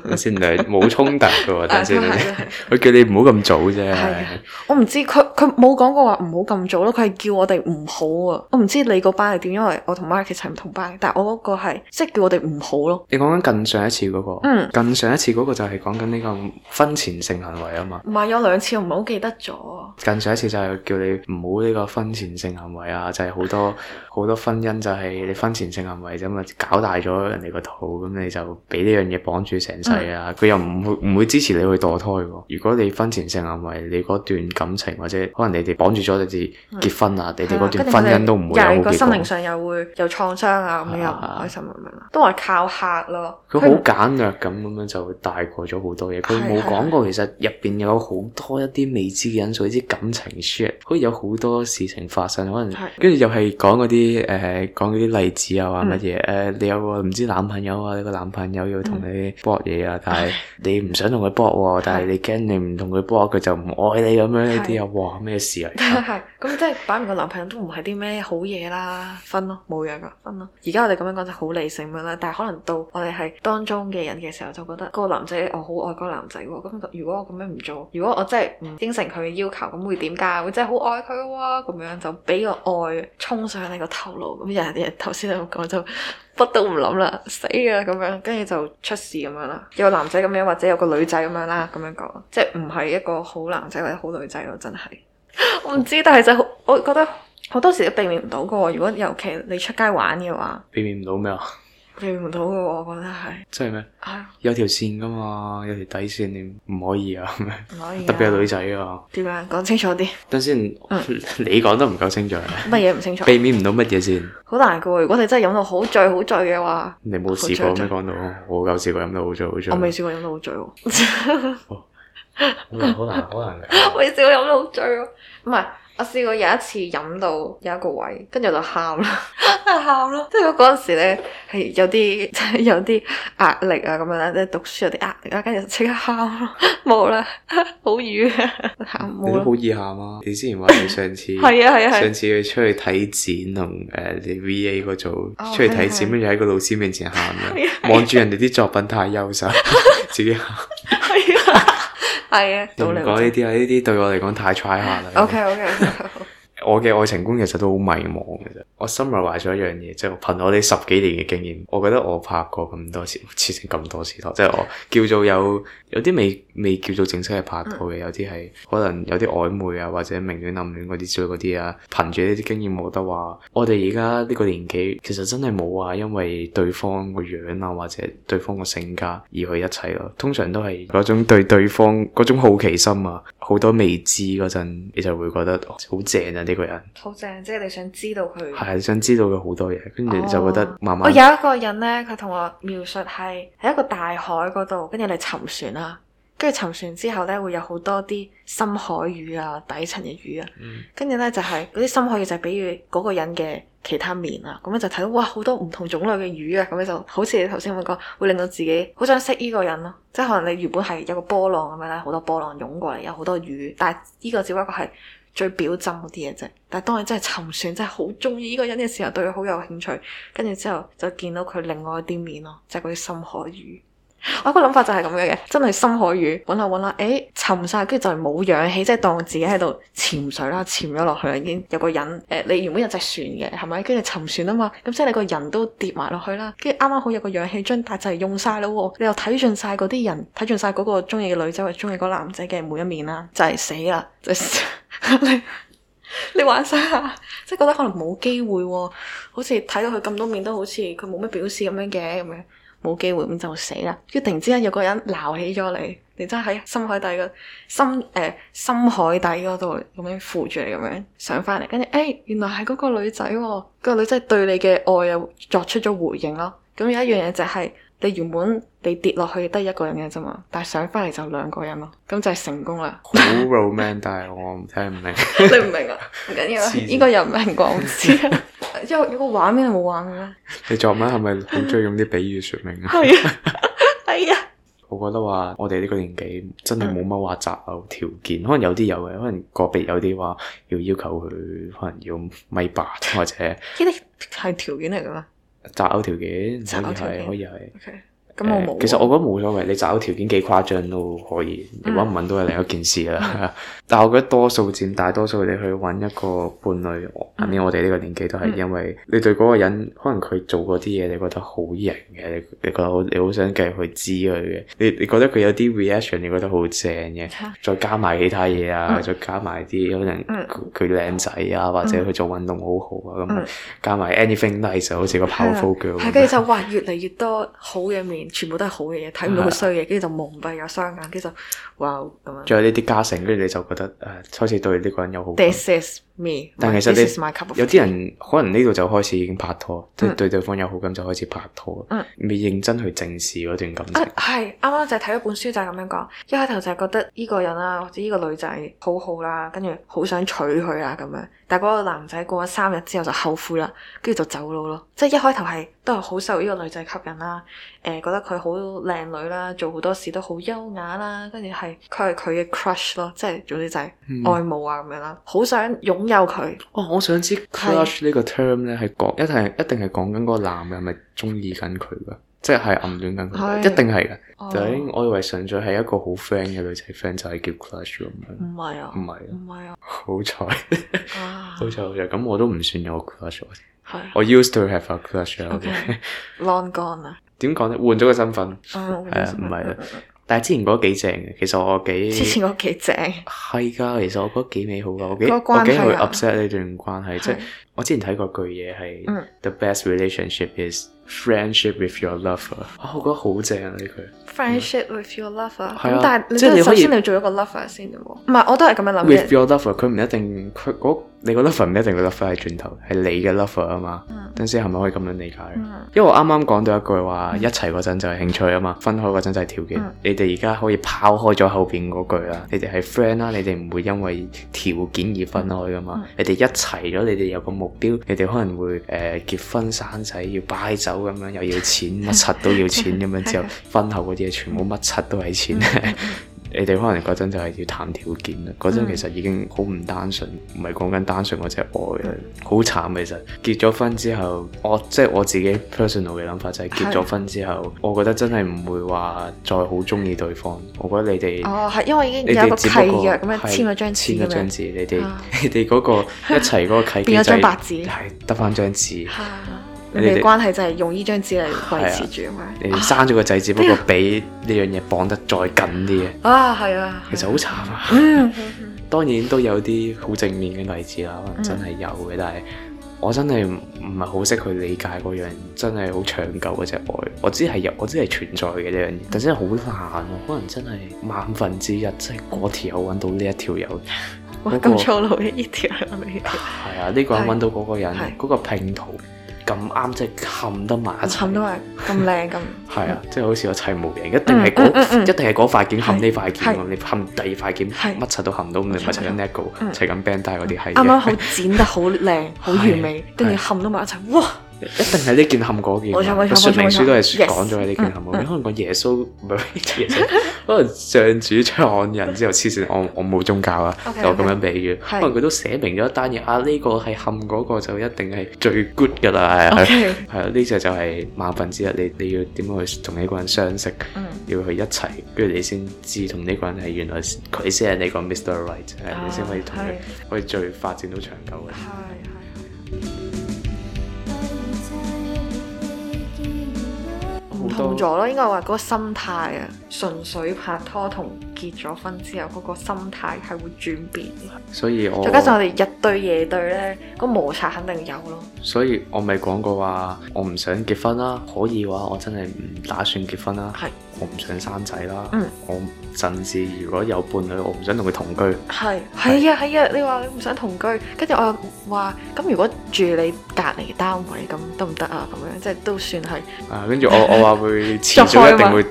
Speaker 1: 等先你冇衝突嘅喎，等先
Speaker 3: 啊
Speaker 1: 你
Speaker 3: 都係都係，
Speaker 1: 佢叫你唔好咁早啫。
Speaker 3: 係啊我唔知佢佢冇講過話唔好咁早咯，佢係叫我哋唔好啊。我唔知你嗰班係點，因為我同 Mark 其實係唔同班，但係我嗰個係即係叫我哋唔好咯。
Speaker 1: 你講緊近上一次嗰個，
Speaker 3: 嗯
Speaker 1: 近上一次嗰個就係講緊呢個婚前性行為啊嘛。
Speaker 3: 唔係有兩次我唔係好記得咗，啊
Speaker 1: 近上一次就係叫你唔好呢個婚前性行為啊，就係、好多好多婚姻就係你婚前性行為咁啊，搞大咗人哋個肚，咁你就俾呢樣嘢綁住成世
Speaker 3: 嗯
Speaker 1: 啊。佢、又唔會唔會支持你去墮胎喎。如果你婚前性行為，你嗰段感情或者可能你哋綁住咗你哋結婚啊，你哋
Speaker 3: 嗯
Speaker 1: 嗰段婚姻都唔會有好
Speaker 3: 又係個
Speaker 1: 結
Speaker 3: 心靈
Speaker 1: 果。
Speaker 3: 上又會有創傷啊，咁樣又唔開心咁樣啦，都話靠客咯。
Speaker 1: 佢好簡略咁咁樣就大過咗好多嘢，佢冇
Speaker 3: 係係
Speaker 1: 講過其實入邊有好多一啲未知嘅因素，一啲感情 shit，好似有好多事情發生，可能
Speaker 3: 係
Speaker 1: 跟住又係講嗰啲誒講嗰啲例子啊，話乜
Speaker 3: 嗯
Speaker 1: 嘢誒你有個唔知男朋友啊，你個男朋友要同
Speaker 3: 嗯
Speaker 1: 你搏嘢 啊，但係你唔想同佢搏喎，但係你驚你唔同佢搏，佢就唔愛你咁樣呢啲啊，哇咩事嚟㗎？
Speaker 3: 係咁，即係擺明個男朋友都唔係啲咩好嘢啦，分咯，冇嘢噶，分咯。而家我哋咁樣講就好理性咁樣啦，但係可能到我哋係當中嘅人嘅時候，就覺得嗰個男仔我好愛嗰個男仔喎。咁如果我咁樣唔做，如果我真係唔應承佢嘅要求，咁會點㗎？會真係好愛佢喎，咁樣就俾個愛衝上你個頭腦。咁人哋頭先有講 就。乜都唔諗啦，死啊咁樣，跟住就出事咁樣啦。有個男仔咁樣，或者有個女仔咁樣啦，咁樣講，即係唔係一個好男仔或者好女仔咯，真係。我唔知，但係就好我覺得好多時都避免唔到噶喎。如果尤其你出街玩嘅話，
Speaker 1: 避免唔到咩啊？
Speaker 3: 避免唔到噶喎。我覺得係
Speaker 1: 真係咩？
Speaker 3: 係
Speaker 1: 有條線㗎嘛，有條底線你唔可以啊，咁樣
Speaker 3: 唔可以。
Speaker 1: 特別係女仔啊。
Speaker 3: 點樣講清楚 啲？
Speaker 1: 等先，
Speaker 3: 嗯
Speaker 1: 你講得唔夠清楚，啊
Speaker 3: 乜嘢唔清楚？
Speaker 1: 避免唔到乜嘢先？
Speaker 3: 好難噶喎。如果你真係飲到好醉好醉嘅話，
Speaker 1: 你冇試過
Speaker 3: 好
Speaker 1: 咩
Speaker 3: 醉
Speaker 1: 講到？我有試過飲到好醉好醉， 啊
Speaker 3: 我未試過飲到好醉喎。
Speaker 1: 好難好難好難嘅。
Speaker 3: 未試過飲到好醉喎。唔係，我試過有一次飲到有一個位，跟住我就喊啦， 喊咯。即係我嗰陣時咧係有啲 即係有啲壓力啊咁樣啦，即係讀書有啲壓力啦，跟住就即刻喊咯，冇啦，好瘀啊，喊
Speaker 1: 你
Speaker 3: 冇
Speaker 1: 都
Speaker 3: 啦
Speaker 1: 好。易喊啊！你之前話你上次
Speaker 3: 係啊係啊係啊
Speaker 1: 上次去出去睇展同誒你 V A 嗰組
Speaker 3: 哦
Speaker 1: 出去睇
Speaker 3: 係
Speaker 1: 展，
Speaker 3: 係
Speaker 1: 跟住喺個老師面前喊
Speaker 3: 係
Speaker 1: 嘅
Speaker 3: 啊係，啊
Speaker 1: 望住人哋啲作品太優秀， 自己喊。
Speaker 3: 係啊，係啊，
Speaker 1: 唔
Speaker 3: 到你
Speaker 1: 講呢啲啊，呢啲對我嚟講太 try 下啦。
Speaker 3: O K O K，
Speaker 1: 我嘅愛情觀其實都好迷茫嘅啫。我 summarize 咗一樣嘢，即係我憑我呢十幾年嘅經驗，我覺得我拍過咁多次， 黐線咁多次拖，即係我叫做有有啲未未叫做正式係拍拖嘅，有啲係可能有啲曖昧啊，或者明戀暗戀嗰啲之類嗰啲啊。憑住呢啲經驗，我覺得話我哋而家呢個年紀其實真係冇話因為對方個樣啊，或者對方個性格而去一齊咯。通常都係嗰種對對方嗰種好奇心啊，好多未知嗰陣，你就會覺得哦好正啊呢個人。
Speaker 3: 好正，即係你想知道佢。
Speaker 1: 係想知道佢好多嘢，跟住你就覺得慢
Speaker 3: 我
Speaker 1: 慢。
Speaker 3: 哦有一個人咧，佢同我描述係喺一個大海嗰度，跟住你沉船啦，跟住沉船之後咧會有好多啲深海魚啊、底層嘅魚啊，跟住咧就係嗰啲深海魚就係比喻嗰個人嘅其他面啊，咁樣就睇到哇好多唔同種類嘅魚啊，咁樣就好似你頭先咁講，會令到自己好想識呢個人咯，即係可能你原本係有個波浪咁樣咧，好多波浪湧過嚟，有好多魚，但係呢個只不過係。最表針嗰啲嘢啫，但係當你真係沉船，真係好中意呢個人嘅時候，對佢好有興趣，跟住之後就見到佢另外一啲面咯，就係嗰啲深海魚。我有個諗法就係咁樣嘅，真係深海魚揾下揾下，誒沉晒，跟住就係冇氧氣，即係當自己喺度潛水啦，潛咗落去啦，已經有個人誒、你原本有隻船嘅係咪？跟住沉船啊嘛，咁即係你個人都跌埋落去啦，跟住啱啱好有個氧氣樽，但係就係用晒啦喎，你又睇盡晒嗰啲人，睇盡晒嗰個中意嘅女仔或者中意嗰個男仔嘅每一面啦，就係、死啦，就係你 你玩晒啦，即係覺得可能冇機會喎、好似睇到佢咁多面都好似佢冇乜表示咁樣嘅咁樣。冇機會咁就死啦！跟住突然之間有個人撈起咗你，你真係喺深海底嘅深誒、呃深海底嗰度咁樣扶住你咁樣上翻嚟，跟住誒原來係嗰個女仔喎、個女仔對你嘅愛又作出咗回應咯。咁有一樣嘢就係、你原本你跌落去得一個人嘅啫嘛，但係上翻嚟就兩個人咯，咁就係成功啦
Speaker 1: 好 roman，但係我唔聽唔 明。
Speaker 3: 你唔明啊？唔緊要啊，
Speaker 1: 黐線
Speaker 3: 呢個又唔係我唔知啊。 有有個畫面你冇啊玩嘅咩？
Speaker 1: 你作文係咪好中意用啲比喻說明啊？
Speaker 3: 係啊，係啊，
Speaker 1: 我覺得話我哋呢個年紀真係冇乜話擇偶條件，可能有啲有嘅，可能個別有啲話要要求佢可能要米八或者
Speaker 3: 呢啲係條件嚟㗎嘛。
Speaker 1: 擇偶條件，
Speaker 3: 擇偶條件
Speaker 1: 可以係可以係。
Speaker 3: OK，咁我
Speaker 1: 誒
Speaker 3: 冇喎。啊
Speaker 1: 呃其實我覺得冇所謂，你擇偶條件幾誇張都可以，你
Speaker 3: 嗯
Speaker 1: 揾唔揾都係另一件事啦。 但係我覺得多數佔大多數，你去揾一個伴侶，肯定我哋呢個年紀都係
Speaker 3: 嗯
Speaker 1: 因為你對嗰個人可能佢做過啲嘢，你覺得好型嘅，你你覺得好你好想繼續去知佢嘅，你你覺得佢有啲 reaction，你覺得好正嘅
Speaker 3: 嚇，
Speaker 1: 再加埋其他嘢啊，
Speaker 3: 啊嗯
Speaker 1: 再加埋啲可能
Speaker 3: 嗯
Speaker 1: 佢佢靚仔啊，或者佢做運動好好啊咁
Speaker 3: 嗯
Speaker 1: 啊，加埋 anything nice 啊就好似個 powerful
Speaker 3: 係
Speaker 1: girl 咁
Speaker 3: 啊係跟住就哇，越嚟越多好嘅面，全部都係好嘅嘢，睇唔到
Speaker 1: 係啊
Speaker 3: 佢衰嘅，跟住就蒙蔽咗雙眼，跟住就哇咁樣。
Speaker 1: 仲有呢啲加成，跟住你就覺得誒、開始對呢個人有好感。
Speaker 3: This is me，
Speaker 1: 但其
Speaker 3: this
Speaker 1: 實
Speaker 3: is my cup
Speaker 1: 你
Speaker 3: of tea
Speaker 1: 有啲人可能呢度就開始已經拍拖，即係、
Speaker 3: 嗯
Speaker 1: 對對方有好感就開始拍拖，
Speaker 3: 嗯
Speaker 1: 未認真去正視嗰段感情
Speaker 3: 啊。係啱啱就係睇咗本書就係咁樣講，一開頭就係覺得呢個人啦，或者呢個女仔好好啦，跟住好想娶佢啦咁樣，但係嗰個男仔過咗三日之後就後悔啦，跟住就走佬咯。即係一開頭係都係好受呢個女仔吸引啦，誒、覺得佢好靚女啦，做好多事都好優雅啦，跟住係佢係佢嘅 crush 咯，即係總之就係
Speaker 1: 嗯
Speaker 3: 愛慕啊咁樣啦，好想擁有佢。
Speaker 1: 哦，我想知 crush 呢個 term 咧係講一定係一定係講緊嗰個男嘅係咪中意緊佢㗎？即係暗戀緊佢，
Speaker 3: 係
Speaker 1: 一定係嘅。
Speaker 3: 哦
Speaker 1: 就係我以為純粹係一個好 friend 嘅女仔 friend 就係叫 crush 咁
Speaker 3: 唔
Speaker 1: 樣，
Speaker 3: 係啊
Speaker 1: 唔，係啊，
Speaker 3: 唔係啊，
Speaker 1: 好彩，
Speaker 3: 啊
Speaker 1: 好彩好彩，咁我都唔算有 crush，
Speaker 3: 係
Speaker 1: 我 used to have a crush 啦。
Speaker 3: OK long gone 啊，
Speaker 1: 點講咧？換咗個身份。
Speaker 3: 嗯
Speaker 1: 係啊唔係啊
Speaker 3: 嗯嗯嗯
Speaker 1: 但係之前嗰幾正嘅，其實我幾
Speaker 3: 之前嗰幾正，係
Speaker 1: 係㗎，其實我覺得幾美好㗎，我幾
Speaker 3: 個關係啊
Speaker 1: 我幾去 upset 呢段關係，即係
Speaker 3: 係
Speaker 1: 我之前睇過句嘢係、
Speaker 3: 嗯
Speaker 1: The best relationship is friendship with your lover，啊，我覺得好正啊呢句，
Speaker 3: friendship with your lover。
Speaker 1: 係啊
Speaker 3: 咁但係你
Speaker 1: 即係
Speaker 3: 都
Speaker 1: 你
Speaker 3: 係
Speaker 1: 可
Speaker 3: 首
Speaker 1: 以
Speaker 3: 先你要做一個 lover 先嘅喎。唔係，我都係咁樣諗
Speaker 1: with
Speaker 3: 嘅。
Speaker 1: your lover，佢唔一定佢嗰你個 lover 唔一定個 lover 係轉頭，係你嘅 lover 啊嘛。等陣先係咪可以咁樣理解？啊
Speaker 3: 嗯
Speaker 1: 因為我啱啱講到一句話，一齊嗰陣就係興趣啊嘛，分開嗰陣就係條件。
Speaker 3: 嗯
Speaker 1: 你哋而家可以拋開咗後邊嗰句啦，你哋係 friend 啦，你哋唔會因為條件而分開噶嘛。你哋一齊咗，你哋有個目標，你哋可能會誒、呃、結婚生仔，要擺酒咁樣，又要錢，乜柒都要錢咁樣之後，婚後嗰啲嘢全部乜柒都係錢。你哋可能嗰陣就係要談條件啦，嗰陣
Speaker 3: 嗯
Speaker 1: 其實已經好唔單純，唔係講緊單純嗰隻愛
Speaker 3: 嗯
Speaker 1: 啦，好慘其實。結咗婚之後，我即係我自己 personal 嘅諗法就係結咗
Speaker 3: 係
Speaker 1: 婚之後，我覺得真係唔會話再好中意對方。我覺得你哋
Speaker 3: 哦，係因為已
Speaker 1: 你
Speaker 3: 經有一個
Speaker 1: 哋只不
Speaker 3: 契
Speaker 1: 過
Speaker 3: 約咁
Speaker 1: 係
Speaker 3: 樣簽咗張紙
Speaker 1: 簽
Speaker 3: 咁
Speaker 1: 咗張
Speaker 3: 樣。
Speaker 1: 紙，你哋
Speaker 3: 啊
Speaker 1: 你哋嗰個一齊嗰個契機
Speaker 3: 變咗張
Speaker 1: 制
Speaker 3: 白紙
Speaker 1: 係得翻張紙。
Speaker 3: 嚇
Speaker 1: 你
Speaker 3: 你
Speaker 1: 哋啊
Speaker 3: 哋關係就係用呢張紙嚟維持住咁啊
Speaker 1: 你
Speaker 3: 樣。
Speaker 1: 哋生咗個仔，只不過比呢樣嘢綁得再緊啲嘅，
Speaker 3: 啊，係啊，
Speaker 1: 其實好慘啊！
Speaker 3: 嗯
Speaker 1: 當然都有啲好正面嘅例子啦，可能真係有嘅，但係我真係唔唔係好識去理解嗰樣真係好長久嗰隻愛。我只係有，我只係存在嘅呢樣嘢，但真係好難喎。可能真係萬分之一，即係嗰條友揾到呢一條友，
Speaker 3: 哇
Speaker 1: 嗰個
Speaker 3: 咁粗魯嘅呢條 係咪？
Speaker 1: 係啊，呢個人揾到嗰個人
Speaker 3: 係，
Speaker 1: 嗰個拼圖咁啱，即係冚得埋一齊。
Speaker 3: 冚都係咁靚咁。
Speaker 1: 係啊，即係好似我砌模型，一定係嗰、
Speaker 3: 嗯嗯嗯嗯
Speaker 1: 一定係嗰塊件冚呢塊件
Speaker 3: 係
Speaker 1: 喎，你冚第二塊件，
Speaker 3: 係
Speaker 1: 乜柒都冚唔到，咁你咪砌緊 lego，
Speaker 3: 嗯
Speaker 1: 砌緊 band 帶嗰啲係。
Speaker 3: 啱啱好啊剪得好靚，好完美
Speaker 1: 係，
Speaker 3: 跟住冚到埋一齊，哇！
Speaker 1: 一定係呢件冚嗰件
Speaker 3: 冇錯冇
Speaker 1: 啊。
Speaker 3: 錯
Speaker 1: 個說明書都係
Speaker 3: yes 嗯
Speaker 1: 講咗係呢件冚嗰件，可能講耶穌唔係 耶穌，可能上主創人之後黐線，我我冇宗教啊，
Speaker 3: OK，
Speaker 1: 就咁樣比喻，可
Speaker 3: 係
Speaker 1: 能佢都寫明咗一單嘢啊，呢個係冚嗰個就一定係最 good 㗎啦，係啊
Speaker 3: OK
Speaker 1: 係啊，呢隻就係萬分之一，你你要點樣去同呢個人相識？
Speaker 3: 嗯，
Speaker 1: 要去一齊，跟住你先知同呢個人係原來佢先係你個 Mr. Right，係你先可以同佢
Speaker 3: 哦係
Speaker 1: 可以最發展到長久嘅。
Speaker 3: 係係
Speaker 1: 好多
Speaker 3: 唔同咗咯，應該話嗰個心態啊，純粹拍拖同結咗婚之後嗰個心態係會轉變嘅，
Speaker 1: 所以我
Speaker 3: 再加上我哋日對夜對咧，個摩擦肯定有咯。
Speaker 1: 所以我咪講過話，我唔想結婚啦。可以嘅話，我真係唔打算結婚啦。
Speaker 3: 係
Speaker 1: 我唔想生仔啦。
Speaker 3: 嗯
Speaker 1: 我甚至如果有伴侶，我唔想同佢同居。
Speaker 3: 係係啊係啊，你話你唔想同居，跟住我又話咁如果住你隔離單位咁得唔得啊？咁樣即係都算係
Speaker 1: 啊，跟住 我我話會遲早一定會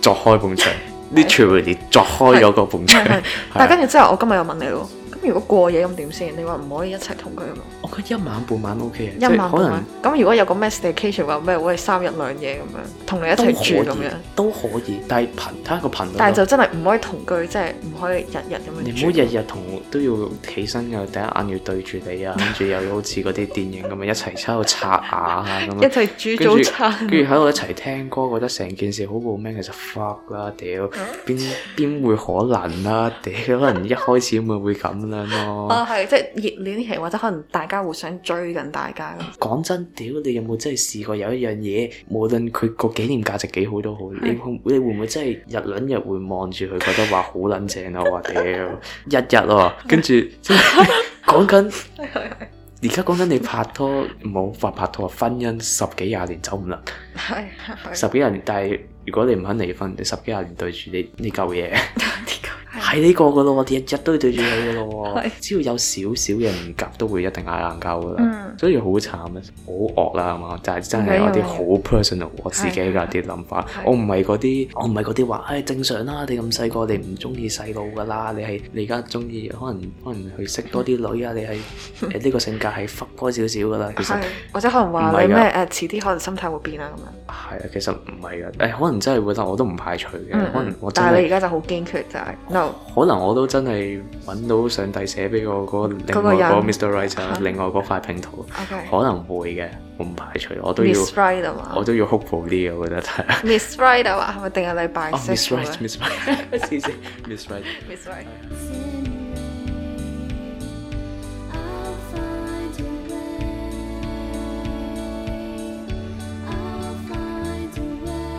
Speaker 1: 作開埲牆，literally 作開咗個埲牆。係
Speaker 3: 啊但係
Speaker 1: 啊
Speaker 3: 跟住之後，我今日又問你咯，咁如果過夜咁點先？你話唔可以一齊同居啊嘛？
Speaker 1: 我覺得一晚半晚 OK 嘅，
Speaker 3: 一
Speaker 1: 即係
Speaker 3: 晚
Speaker 1: 可
Speaker 3: 咁
Speaker 1: 能
Speaker 3: 樣。啊咁如果有個咩 staycation 話咩，喂三日兩夜咁樣，同你一齊住咁樣，
Speaker 1: 都可以，但係頻睇下個頻率咯。
Speaker 3: 但係就真係唔可以同居，即係唔可以日日咁樣
Speaker 1: 你唔
Speaker 3: 住。
Speaker 1: 好日日同都要起身又第一眼要對住你啊，跟住又要好似嗰啲電影咁樣一齊喺度刷牙啊咁
Speaker 3: 一
Speaker 1: 樣。
Speaker 3: 齊煮
Speaker 1: 跟住
Speaker 3: 早餐。
Speaker 1: 跟住喺度一齊聽歌，覺得成件事好冇咩，其實 fuck 啦，屌邊邊會可能啦、 屌可能一開始咪會咁樣咯。
Speaker 3: 啊，係即係熱戀期，或者可能大家互相追緊大家咁。
Speaker 1: 講真，屌你有冇真係試過有一樣嘢，無論佢個紀念價值幾好都好，你會你會唔會真係日撚日會望住佢，覺得話好撚正啊？我話屌，日日喎，跟 住真係講緊。而家講緊你拍拖，冇法拍拖，婚姻十幾廿年走唔甩，
Speaker 3: 係
Speaker 1: 十
Speaker 3: 係
Speaker 1: 幾廿年。但係如果你唔肯離婚，你十幾廿年對住你呢嚿嘢，係呢個噶咯喎，日日都要對住你噶咯喎
Speaker 3: 係。
Speaker 1: 只要有少少嘢唔夾，都會一定嗌硬交噶啦。
Speaker 3: 嗯
Speaker 1: 所以好慘啊，好惡啦係嘛，但係真係
Speaker 3: 唔緊
Speaker 1: 有
Speaker 3: 要
Speaker 1: 啲
Speaker 3: 嘅
Speaker 1: 好 personal 我自己嘅啲諗法
Speaker 3: 係，
Speaker 1: 我唔係嗰啲，我唔係嗰啲話，唉、正常啦，你咁細個你唔中意細路噶啦，你係你而家中意可能可能去識多啲女啊，你 係誒呢個性格係 fuck boy 少少噶啦，其實
Speaker 3: 係，或者可能
Speaker 1: 唔
Speaker 3: 話
Speaker 1: 係㗎
Speaker 3: 你咩誒遲啲可能心態會變啊咁樣。
Speaker 1: 係啊，其實唔係噶，誒、可能真係會得，我都唔排除嘅，
Speaker 3: 嗯
Speaker 1: 可能我真
Speaker 3: 但係你而
Speaker 1: 係。
Speaker 3: 家就好堅決就係 no。
Speaker 1: 可能我都真係揾到上帝寫俾我嗰另外嗰個
Speaker 3: 嗰個人
Speaker 1: Mr. Right 啊
Speaker 3: 嚇
Speaker 1: 另外嗰塊拼圖，
Speaker 3: OK。
Speaker 1: 可能會嘅，我唔排除，我都要
Speaker 3: Miss Right 啊嘛
Speaker 1: 我都要 hopeful 啲嘅，我覺 得係。
Speaker 3: ，Miss Right 啊嘛，係咪定係禮拜
Speaker 1: 哦
Speaker 3: 四
Speaker 1: ，Miss
Speaker 3: 做嘅
Speaker 1: Right，Miss Right，黐線，Miss Right。
Speaker 3: Miss Right。
Speaker 5: I'll find a way. I'll find a way.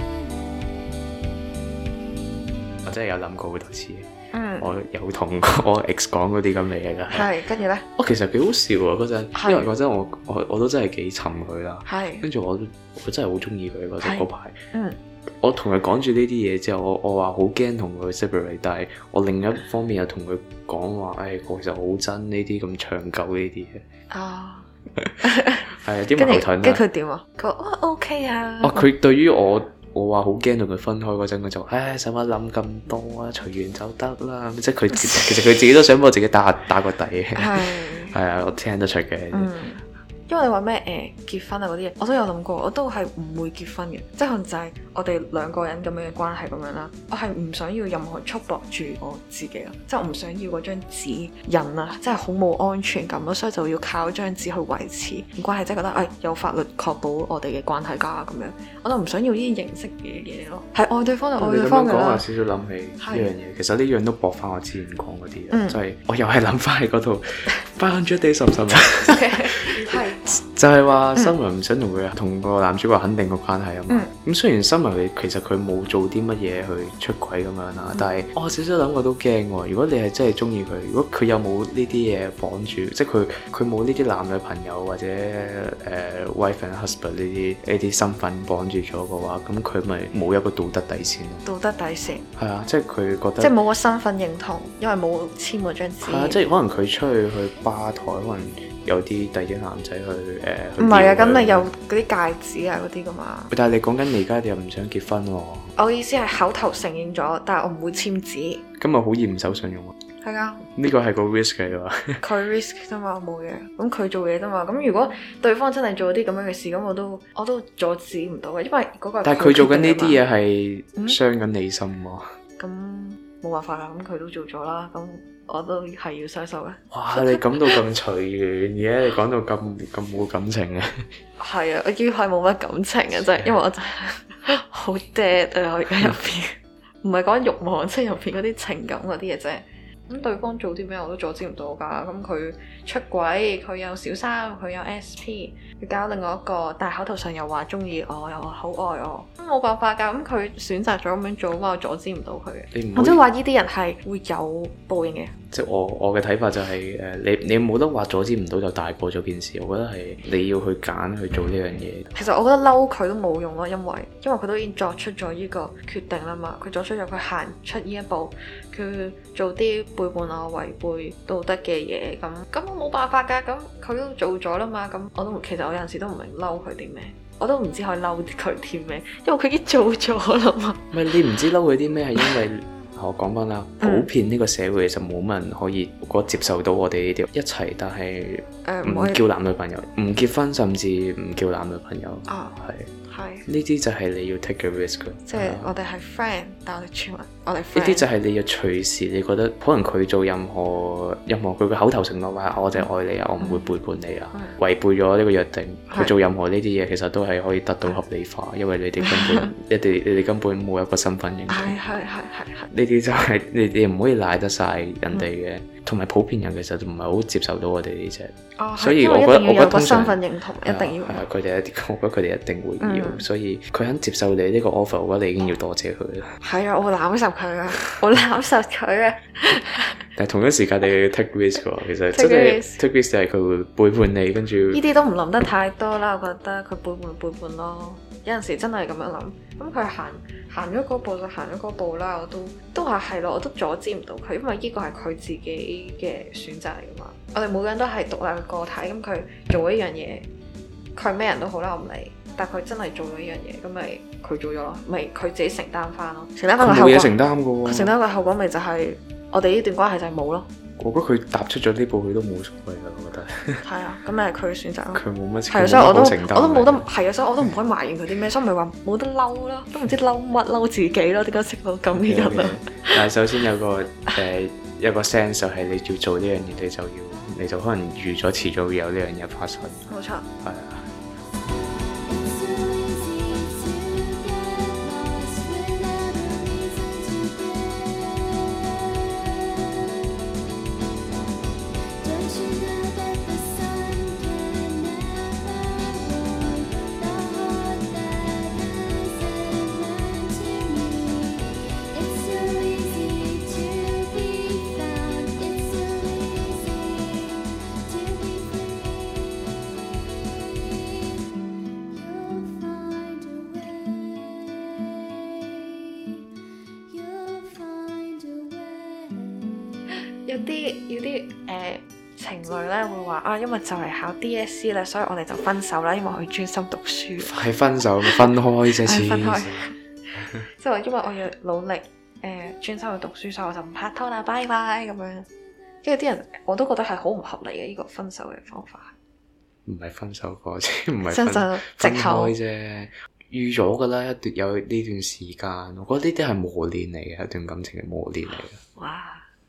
Speaker 1: 我真係有諗過好多次，
Speaker 3: 嗯，
Speaker 1: 我有同 我 ex 講嗰啲咁嘅嘢㗎。係
Speaker 3: 係，跟住咧，
Speaker 1: 我其實幾好笑啊嗰陣，
Speaker 3: 係
Speaker 1: 因為嗰陣我我我都真係幾沉佢啦，
Speaker 3: 係，
Speaker 1: 跟住我都我真係好中意佢嗰陣
Speaker 3: 係
Speaker 1: 嗰排。
Speaker 3: 嗯，
Speaker 1: 我同佢講住呢啲嘢之後，我我話好驚同佢 separate，但係我另一方面又同佢講話，誒、我其實好憎呢啲咁長久呢啲嘢，
Speaker 3: 啊，
Speaker 1: 係有啲矛盾啦
Speaker 3: 跟住跟住。佢點啊？佢話哦 OK 啊，
Speaker 1: 哦，佢對於我，我話好驚同佢分開嗰陣，佢就唉，使乜諗咁多啊，隨緣就得啦。即係佢其實佢自己都想幫我自己打打個底嘅，
Speaker 3: 係，
Speaker 1: 係啊，我聽得出嘅。
Speaker 3: 嗯，因為你話咩誒結婚啊嗰啲嘢，我都有諗過，我都係唔會結婚嘅，即係可能就係我哋兩個人咁樣嘅關係咁樣啦。我係唔想要任何人束縛住我自己啦，啊即係我唔想要嗰張紙人啊，真係好冇安全感咯，所以就要靠張紙去維持關係，即係覺得誒、哎有法律確保我哋嘅關係㗎咁樣，我就唔想要呢啲形式嘅嘢咯，係愛對方就愛
Speaker 1: 哦你
Speaker 3: 對
Speaker 1: 咁
Speaker 3: 方
Speaker 1: 樣
Speaker 3: 㗎
Speaker 1: 講
Speaker 3: 啦
Speaker 1: 有。少少諗起呢
Speaker 3: 係
Speaker 1: 樣嘢，其實呢樣都駁翻我之前講嗰啲
Speaker 3: 嗯
Speaker 1: 嘢，就係我又係諗翻喺嗰 度翻咗 day 十十日，
Speaker 3: OK，係
Speaker 1: 啊 就係話新聞唔想同佢同個男主角肯定個關係啊
Speaker 3: 嗯
Speaker 1: 嘛。咁雖然新聞佢其實佢冇做啲乜嘢去出軌咁樣
Speaker 3: 嗯
Speaker 1: 啦，但係我少少諗過都驚喎。如果你係真係中意佢，如果佢有冇呢啲嘢綁住，即係佢佢冇呢啲男女朋友或者誒、呃 wife and husband 呢啲呢啲身份綁住咗嘅話，咁佢咪冇一個道德底線咯。
Speaker 3: 道德底線，
Speaker 1: 係啊，即係佢覺得
Speaker 3: 即係冇個身份認同，因為冇簽嗰張
Speaker 1: 係啊，
Speaker 3: 紙。
Speaker 1: 即係可能佢出去去吧台，可能有啲第二啲男仔去誒。呃去
Speaker 3: 唔係啊，
Speaker 1: 撩佢
Speaker 3: 咁你有嗰啲戒指啊嗰啲噶嘛？
Speaker 1: 但係你講緊你而家你又唔想結婚喎，
Speaker 3: 我意思係口頭承認咗，但係我唔會簽紙。
Speaker 1: 咁咪好易唔守信用喎。啊
Speaker 3: 係噶，
Speaker 1: 呢個係個 risk 嚟㗎嘛。
Speaker 3: 啊佢 risk 啫嘛，我冇嘢。咁佢做嘢啫嘛。咁如果對方真係做啲咁樣嘅事，咁我都我都阻止唔到嘅，因為嗰個係
Speaker 1: 但係佢做緊呢啲
Speaker 3: 決定㗎
Speaker 1: 嘢
Speaker 3: 嘛。
Speaker 1: 係
Speaker 3: 嗯
Speaker 1: 傷緊你心喎。
Speaker 3: 咁冇辦法啦。咁佢都做咗啦，咁我都係要收手嘅。
Speaker 1: 哇！你講到咁隨緣，而家你講到咁咁冇感情嘅，
Speaker 3: 係啊，我已經係冇乜感情嘅啫，因為我真係好 dead 啊！我而家入邊，唔係講慾望，即係入邊嗰啲情感嗰啲嘢啫。咁對方做啲咩我都阻止唔到㗎。咁佢出軌，佢有小三，佢有 SP，佢搞另外一個，但係口頭上又話中意我，又話好愛我，咁冇辦法㗎。咁佢選擇咗咁樣做，咁我阻止唔到佢嘅。
Speaker 1: 你唔
Speaker 3: 我
Speaker 1: 好
Speaker 3: 即係話呢啲人係會有報應嘅。
Speaker 1: 即係我我嘅睇法就係、誒、你你冇得話阻止唔到就大過咗件事，我覺得係你要去揀去做呢樣嘢。
Speaker 3: 其實我覺得嬲佢都冇用咯，因為因為佢都已經作出咗呢個決定啦嘛，佢作出咗佢行出呢一步，佢做啲背叛我、違背道德嘅嘢，咁咁我冇辦法㗎，咁佢都做咗啦嘛，咁我都其實我有陣時都唔明嬲佢啲咩，我都唔知可以嬲佢啲咩，因為佢已經做咗啦嘛。
Speaker 1: 唔係你唔知嬲佢啲咩，係因 為我講翻啦，普
Speaker 3: 嗯
Speaker 1: 遍呢個社會其實冇乜人可以覺得接受到我哋呢啲一齊，但係
Speaker 3: 誒唔
Speaker 1: 唔
Speaker 3: 可以
Speaker 1: 叫男女朋友，唔結婚甚至唔叫男女朋友，
Speaker 3: 啊，
Speaker 1: 係
Speaker 3: 係
Speaker 1: 呢啲就係你要 take a risk 嘅
Speaker 3: 即
Speaker 1: 係
Speaker 3: 係
Speaker 1: 啊
Speaker 3: 我哋係 friend，但我哋全民，我哋 friend
Speaker 1: 呢啲就係你要隨時，你覺得可能佢做任何任何佢嘅口頭承諾話，我就愛你啊，我唔會背叛你啊，
Speaker 3: 嗯
Speaker 1: 違背咗呢個約定，
Speaker 3: 係
Speaker 1: 佢做任何呢啲嘢，其實都係可以得到合理化，因為你哋根 本你哋你哋根本冇一個身份認同。
Speaker 3: 係係係係
Speaker 1: 呢
Speaker 3: 係。
Speaker 1: 啲就 係、你哋唔可以賴得晒人哋
Speaker 3: 嗯
Speaker 1: 嘅，同埋、普遍人其實唔係好接受到我哋呢只，
Speaker 3: 哦係
Speaker 1: 所以
Speaker 3: 因為
Speaker 1: 我覺得
Speaker 3: 一定
Speaker 1: 我覺
Speaker 3: 要
Speaker 1: 得
Speaker 3: 有個
Speaker 1: 通常
Speaker 3: 身份認同，一定要
Speaker 1: 係啊佢哋一定， 我覺得佢哋一定會要，
Speaker 3: 嗯
Speaker 1: 所以佢肯接受你呢個 offer，我覺得你已經要多謝佢 啦。
Speaker 3: 係啊，我攬實佢啊， 我攬實佢啊。
Speaker 1: 但係同一時間你要 take risk 喎，其實
Speaker 3: Take
Speaker 1: 真
Speaker 3: risk
Speaker 1: 係 take risk 就係佢會背叛你，跟住
Speaker 3: 呢啲都唔諗得太多啦，我覺得佢背叛背叛咯。有陣時真係咁樣諗，咁佢行行咗嗰步就行咗嗰步啦，我都都話係咯，我都阻止唔到佢，因為呢個係佢自己嘅選擇嚟噶嘛。我哋每個人都係獨立嘅個體，咁佢做一樣嘢，佢咩人都好啦，我唔理。但佢真係做咗呢樣嘢，咁咪佢做咗咯，咪佢自己承擔翻咯，承擔翻個
Speaker 1: 佢
Speaker 3: 後
Speaker 1: 冇
Speaker 3: 果。嗯
Speaker 1: 嘢承擔嘅
Speaker 3: 佢承
Speaker 1: 喎。
Speaker 3: 擔個後果咪就係我哋呢段關係就係冇咯。
Speaker 1: 我覺得佢踏出咗呢步，佢都冇所謂啦。我覺得
Speaker 3: 係啊，咁咪係佢嘅選擇咯。
Speaker 1: 佢冇乜
Speaker 3: 係啊，
Speaker 1: 佢
Speaker 3: 所以我
Speaker 1: 冇乜
Speaker 3: 都
Speaker 1: 好承擔
Speaker 3: 我都冇得
Speaker 1: 嘅
Speaker 3: 係啊，所以我都唔可以埋怨佢啲咩，所以咪話冇得嬲啦，都唔知嬲乜嬲自己咯，點解識到咁嘅人啊？
Speaker 1: 但係首先有個誒、呃、有個 sense 就係你要做呢樣嘢，你就要你就可能預咗遲早會有呢樣嘢發生。
Speaker 3: 冇錯，
Speaker 1: 係啊，
Speaker 5: It's so easy to get lost without a reason to care. Don't you know that the sun can never warm the heart that isn't mine to me? It's so easy to be found. It's so easy to be free. You'll find a way. You'll find a way.
Speaker 3: 有啲有啲誒、呃情侶咧會話啊，因為就嚟考 DSE 啦，所以我哋就分手啦，因為我要專心讀書，即
Speaker 1: 係分手分開啫，
Speaker 3: 係
Speaker 1: 黐
Speaker 3: 分
Speaker 1: 線
Speaker 3: 開係話因為我要努力誒、呃、專心去讀書，所以我就唔拍拖啦，拜拜咁樣。跟住啲人我都覺得係好唔合理嘅呢、個分手嘅方法。
Speaker 1: 唔係分手課，即係 唔係
Speaker 3: 真
Speaker 1: 分
Speaker 3: 就
Speaker 1: 分
Speaker 3: 藉口
Speaker 1: 開啫。預咗噶啦，一段有呢段時間，我覺得呢啲係磨練嚟嘅，一段感情嘅磨練嚟嘅。
Speaker 3: 哇，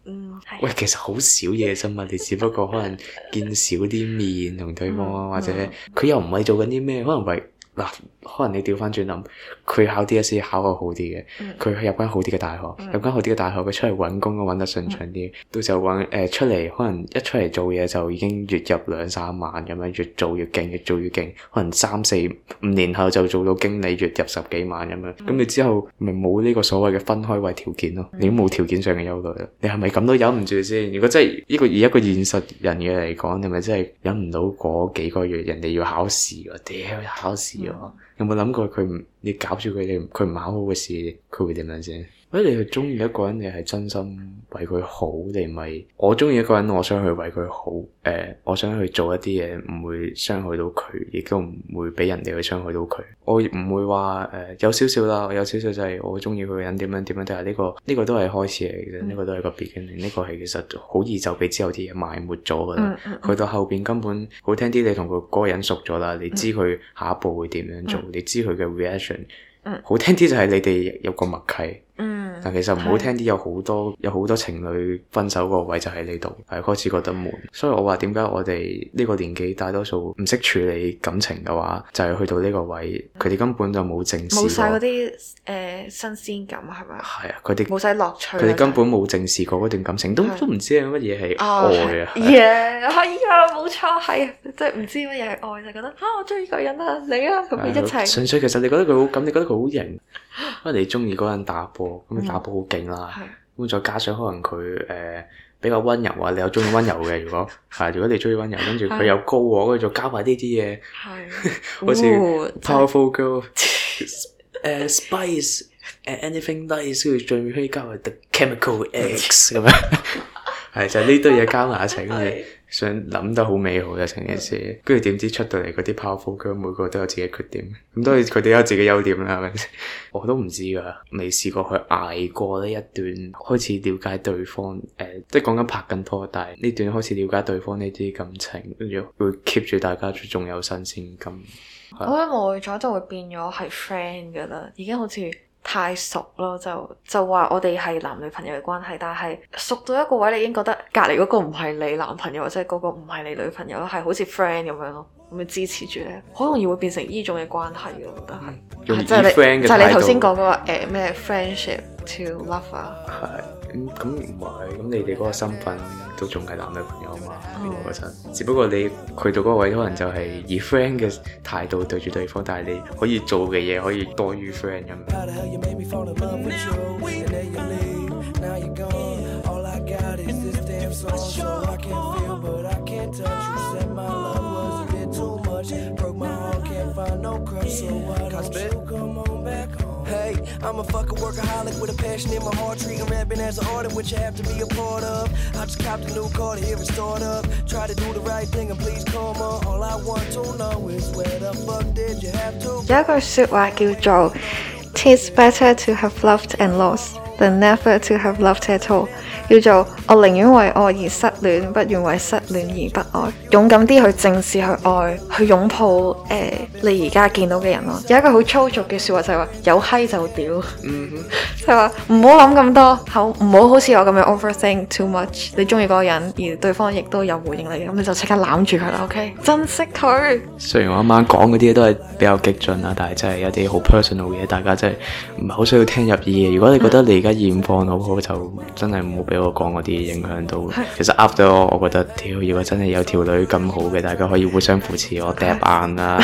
Speaker 3: 嗯係
Speaker 1: 喂，其實好少嘢啫嘛，你只不過可能見少啲面同對方，啊
Speaker 3: 嗯
Speaker 1: 或者佢又唔係做緊啲咩，可能為嗱，可能你調翻轉諗，佢考 DSE 考個好啲嘅，
Speaker 3: 嗯
Speaker 1: 佢入間好啲嘅大學，
Speaker 3: 嗯
Speaker 1: 入間好啲嘅大學，佢出嚟揾工揾得順暢啲，到時候揾誒、出嚟，可能一出嚟做嘢就已經月入兩三萬咁樣，越做越勁，越做越勁，可能三四五年後就做到經理，月入十幾萬咁樣，咁你之後咪冇呢個所謂嘅分開位條件咯，你都冇條件上嘅憂慮啦，你係咪咁都忍唔住先？如果真係呢個以一個現實人嘅嚟講，你咪真係忍唔到嗰幾個月人哋要考試喎，屌考試喎！有冇諗過佢唔你搞住佢哋佢唔考好嘅事，佢會點樣先？或者你係中意一個人，你係真心為佢好，你咪我中意一個人，我想去為佢好，誒、我想去做一啲嘢，唔會傷害到佢，亦都唔會俾人哋去傷害到佢。我唔會話誒、有少少啦，我有少少就係我中意佢嘅人點樣點樣，但係呢個呢、個都係開始嚟
Speaker 3: 嗯
Speaker 1: 嘅啫，呢、個都係個 beginning，呢個係其實好易就俾之後啲嘢埋沒咗噶啦。
Speaker 3: 嗯嗯
Speaker 1: 去到後邊根本好聽啲，你同佢嗰個人熟咗啦，你知佢下一步會點樣做，你知佢嘅 reaction。
Speaker 3: 嗯
Speaker 1: 好聽啲就係你哋有個默契，
Speaker 3: 嗯
Speaker 1: 但其實唔好聽啲有好多有好多情侶分手個位就喺呢度，係開始覺得悶。所以我話點解我哋呢個年紀大多數唔識處理感情嘅話，就係、去到呢個位，佢哋根本就冇正視過。
Speaker 3: 嗯冇晒嗰啲誒新鮮感係咪？
Speaker 1: 係啊，佢哋
Speaker 3: 冇晒樂趣啦。
Speaker 1: 佢哋根本冇正視過嗰段感情，都
Speaker 3: 係
Speaker 1: 都唔知係乜嘢係
Speaker 3: 哦
Speaker 1: 愛啊。係
Speaker 3: 耶，係啊，冇錯，係啊，即係唔知乜嘢係愛，就覺得啊，我中意個人啊，你啊， 咁你一齊，
Speaker 1: 純粹其實你覺得佢好咁，你覺得佢好型，可能你中意嗰個人打波，咁
Speaker 3: 嗯
Speaker 1: 你打波好勁啦。
Speaker 3: 係
Speaker 1: 咁再加上可能佢誒、呃比較温柔啊，你又中意温柔嘅。如果 係，如果你中意温柔，跟住佢
Speaker 3: 係
Speaker 1: 又高喎，跟住再加埋呢啲 嘢
Speaker 3: 係，
Speaker 1: 好似
Speaker 3: 哦真係
Speaker 1: ，powerful girl，誒 spice，誒 anything nice，跟住最尾可以加埋 the chemical X 咁樣。 係就係呢堆嘢加埋一齊，跟住想諗得好美好嘅成件事，跟住點知出到嚟嗰啲 powerful girl 每個都有自己缺點，咁當然佢哋有自己優點啦，係咪先？我都唔知㗎，未試過去捱過呢一段，開始了解對方，誒、即係講緊拍緊拖，但係呢段開始了解對方呢啲感情，跟住會 keep 住大家仲有新鮮感。
Speaker 3: 我覺得耐咗就會變咗係 friend 噶啦，已經好似太熟咯，就就話我哋係男女朋友嘅關係，但係熟到一個位，你已經覺得隔離嗰個唔係你男朋友，或者嗰個唔係你女朋友咯，係好似 friend 咁樣咯，咁樣支持住咧，好容易會變成呢種嘅關係嘅，我覺得係。
Speaker 1: 用以
Speaker 3: 就啊係
Speaker 1: friend
Speaker 3: 你
Speaker 1: 嘅
Speaker 3: 就係你頭先
Speaker 1: 態度
Speaker 3: 講嗰個誒咩 friendship to love 啊，
Speaker 1: 係咁咁唔係，咁你哋嗰個身份都仲係男女朋友嘛？
Speaker 3: 嗯
Speaker 1: 我覺得，只不過你去到嗰個位，可能就係以 friend 嘅態度對住對方，但係你可以做嘅嘢可以多於 friend 咁樣。
Speaker 6: How the hell you made me fall in love with you? And then you leave, now you're gone. All I got is this damn song, so I can feel, but I can't touch. You said my love was a bit too much, broke my heart, can't find no crush. So why don't you come on back home? Hey, I'm a fucking workaholic with a passion in my heart, treating rapping as an art, which I have to be a part of. I just copped a new car to hear it start up. Try to do the right thing and please come on. All I want to know is where the fuck did you have to?
Speaker 3: 有一句説話叫做 Tis better to have loved and lost than never to have loved at all，叫做我寧願為愛而失戀，不願為失戀而不愛。勇敢啲去正視去愛，去擁抱誒、呃你而家見到嘅人咯。有一句好粗俗嘅説話就係話有閪就屌。
Speaker 1: 嗯哼，
Speaker 3: 即係話唔好諗咁多，好唔好好似我咁樣 overthink too much。你中意嗰個人，而對方亦都有回應你，咁你就即刻攬住佢啦，OK？珍惜佢，
Speaker 1: 雖然我啱啱講嗰啲嘢都係比較激進啦，但係真係有啲好 personal 嘅嘢，大家真係唔係好需要聽入耳嘅。如果你覺得你而家現況好好，就真係唔好俾我講嗰啲影響到。其實 after 我，我覺得屌，如果真係有條女咁好嘅，大家可以互相扶持，我嗒眼啦，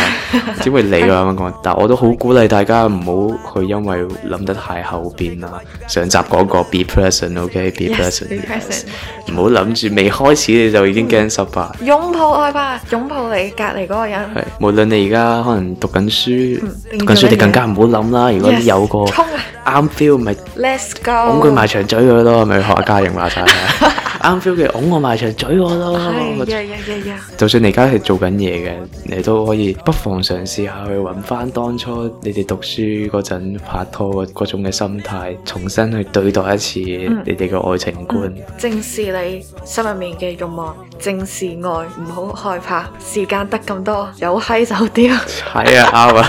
Speaker 1: 只會你㗎咁樣講。但我都好鼓勵大家唔好去因為諗得太後邊啦。上集講過 be present，OK，be
Speaker 3: Yes,
Speaker 1: present，
Speaker 3: be present.
Speaker 1: 唔好諗住未開始你就已經驚失敗。
Speaker 3: 擁抱愛吧，擁抱你隔離嗰個人。
Speaker 1: 係，無論你而家可能讀緊書，
Speaker 3: 嗯
Speaker 1: 讀緊書你更加唔好諗啦。如果
Speaker 3: Yes，
Speaker 1: 有個
Speaker 3: 衝啊哦
Speaker 1: 啱 feel 咪
Speaker 3: Let's
Speaker 1: 拱佢
Speaker 3: go，
Speaker 1: 埋牆嘴佢咯，係咪學阿嘉瑩話晒， 啱 feel 嘅拱我埋牆嘴我咯。啊
Speaker 3: 係呀呀呀呀，
Speaker 1: 就算你而家係做緊嘢嘅，你都可以不妨嘗試下去揾翻當初你哋讀書嗰陣拍拖嗰嗰種嘅心態，重新去對待一次
Speaker 3: 嗯
Speaker 1: 你哋嘅愛情觀。
Speaker 3: 正視你心入面嘅慾望，正視愛，唔好害怕。時間得咁多，有閪就 屌。
Speaker 1: 係啊，啱啊。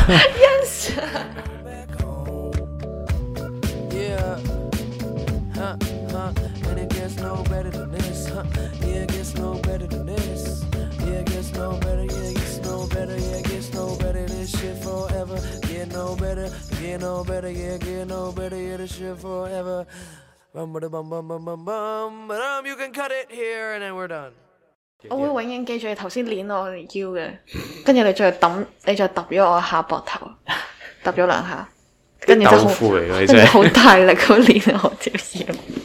Speaker 6: Yeah. Huh, huh. And it gets no better than this. Huh. Yeah, it gets no better than this. Yeah, it gets no better. Yeah, it gets no better. Yeah, it gets no better. This shit forever. Get no better. Get no better. Yeah, get no better. Yeah, this shit forever. Bum, bada, bum, bum, bum, bum, bum. But um, you can cut it here, and then we're done.
Speaker 3: 我會永遠記住你頭先攆我腰嘅，跟住你再揼，你再揼咗我下膊頭， 揼咗兩下，跟住就
Speaker 1: 豆
Speaker 3: 好
Speaker 1: 腐嚟嘅，你
Speaker 3: 跟住
Speaker 1: 真係
Speaker 3: 好大力咁攆我條腰，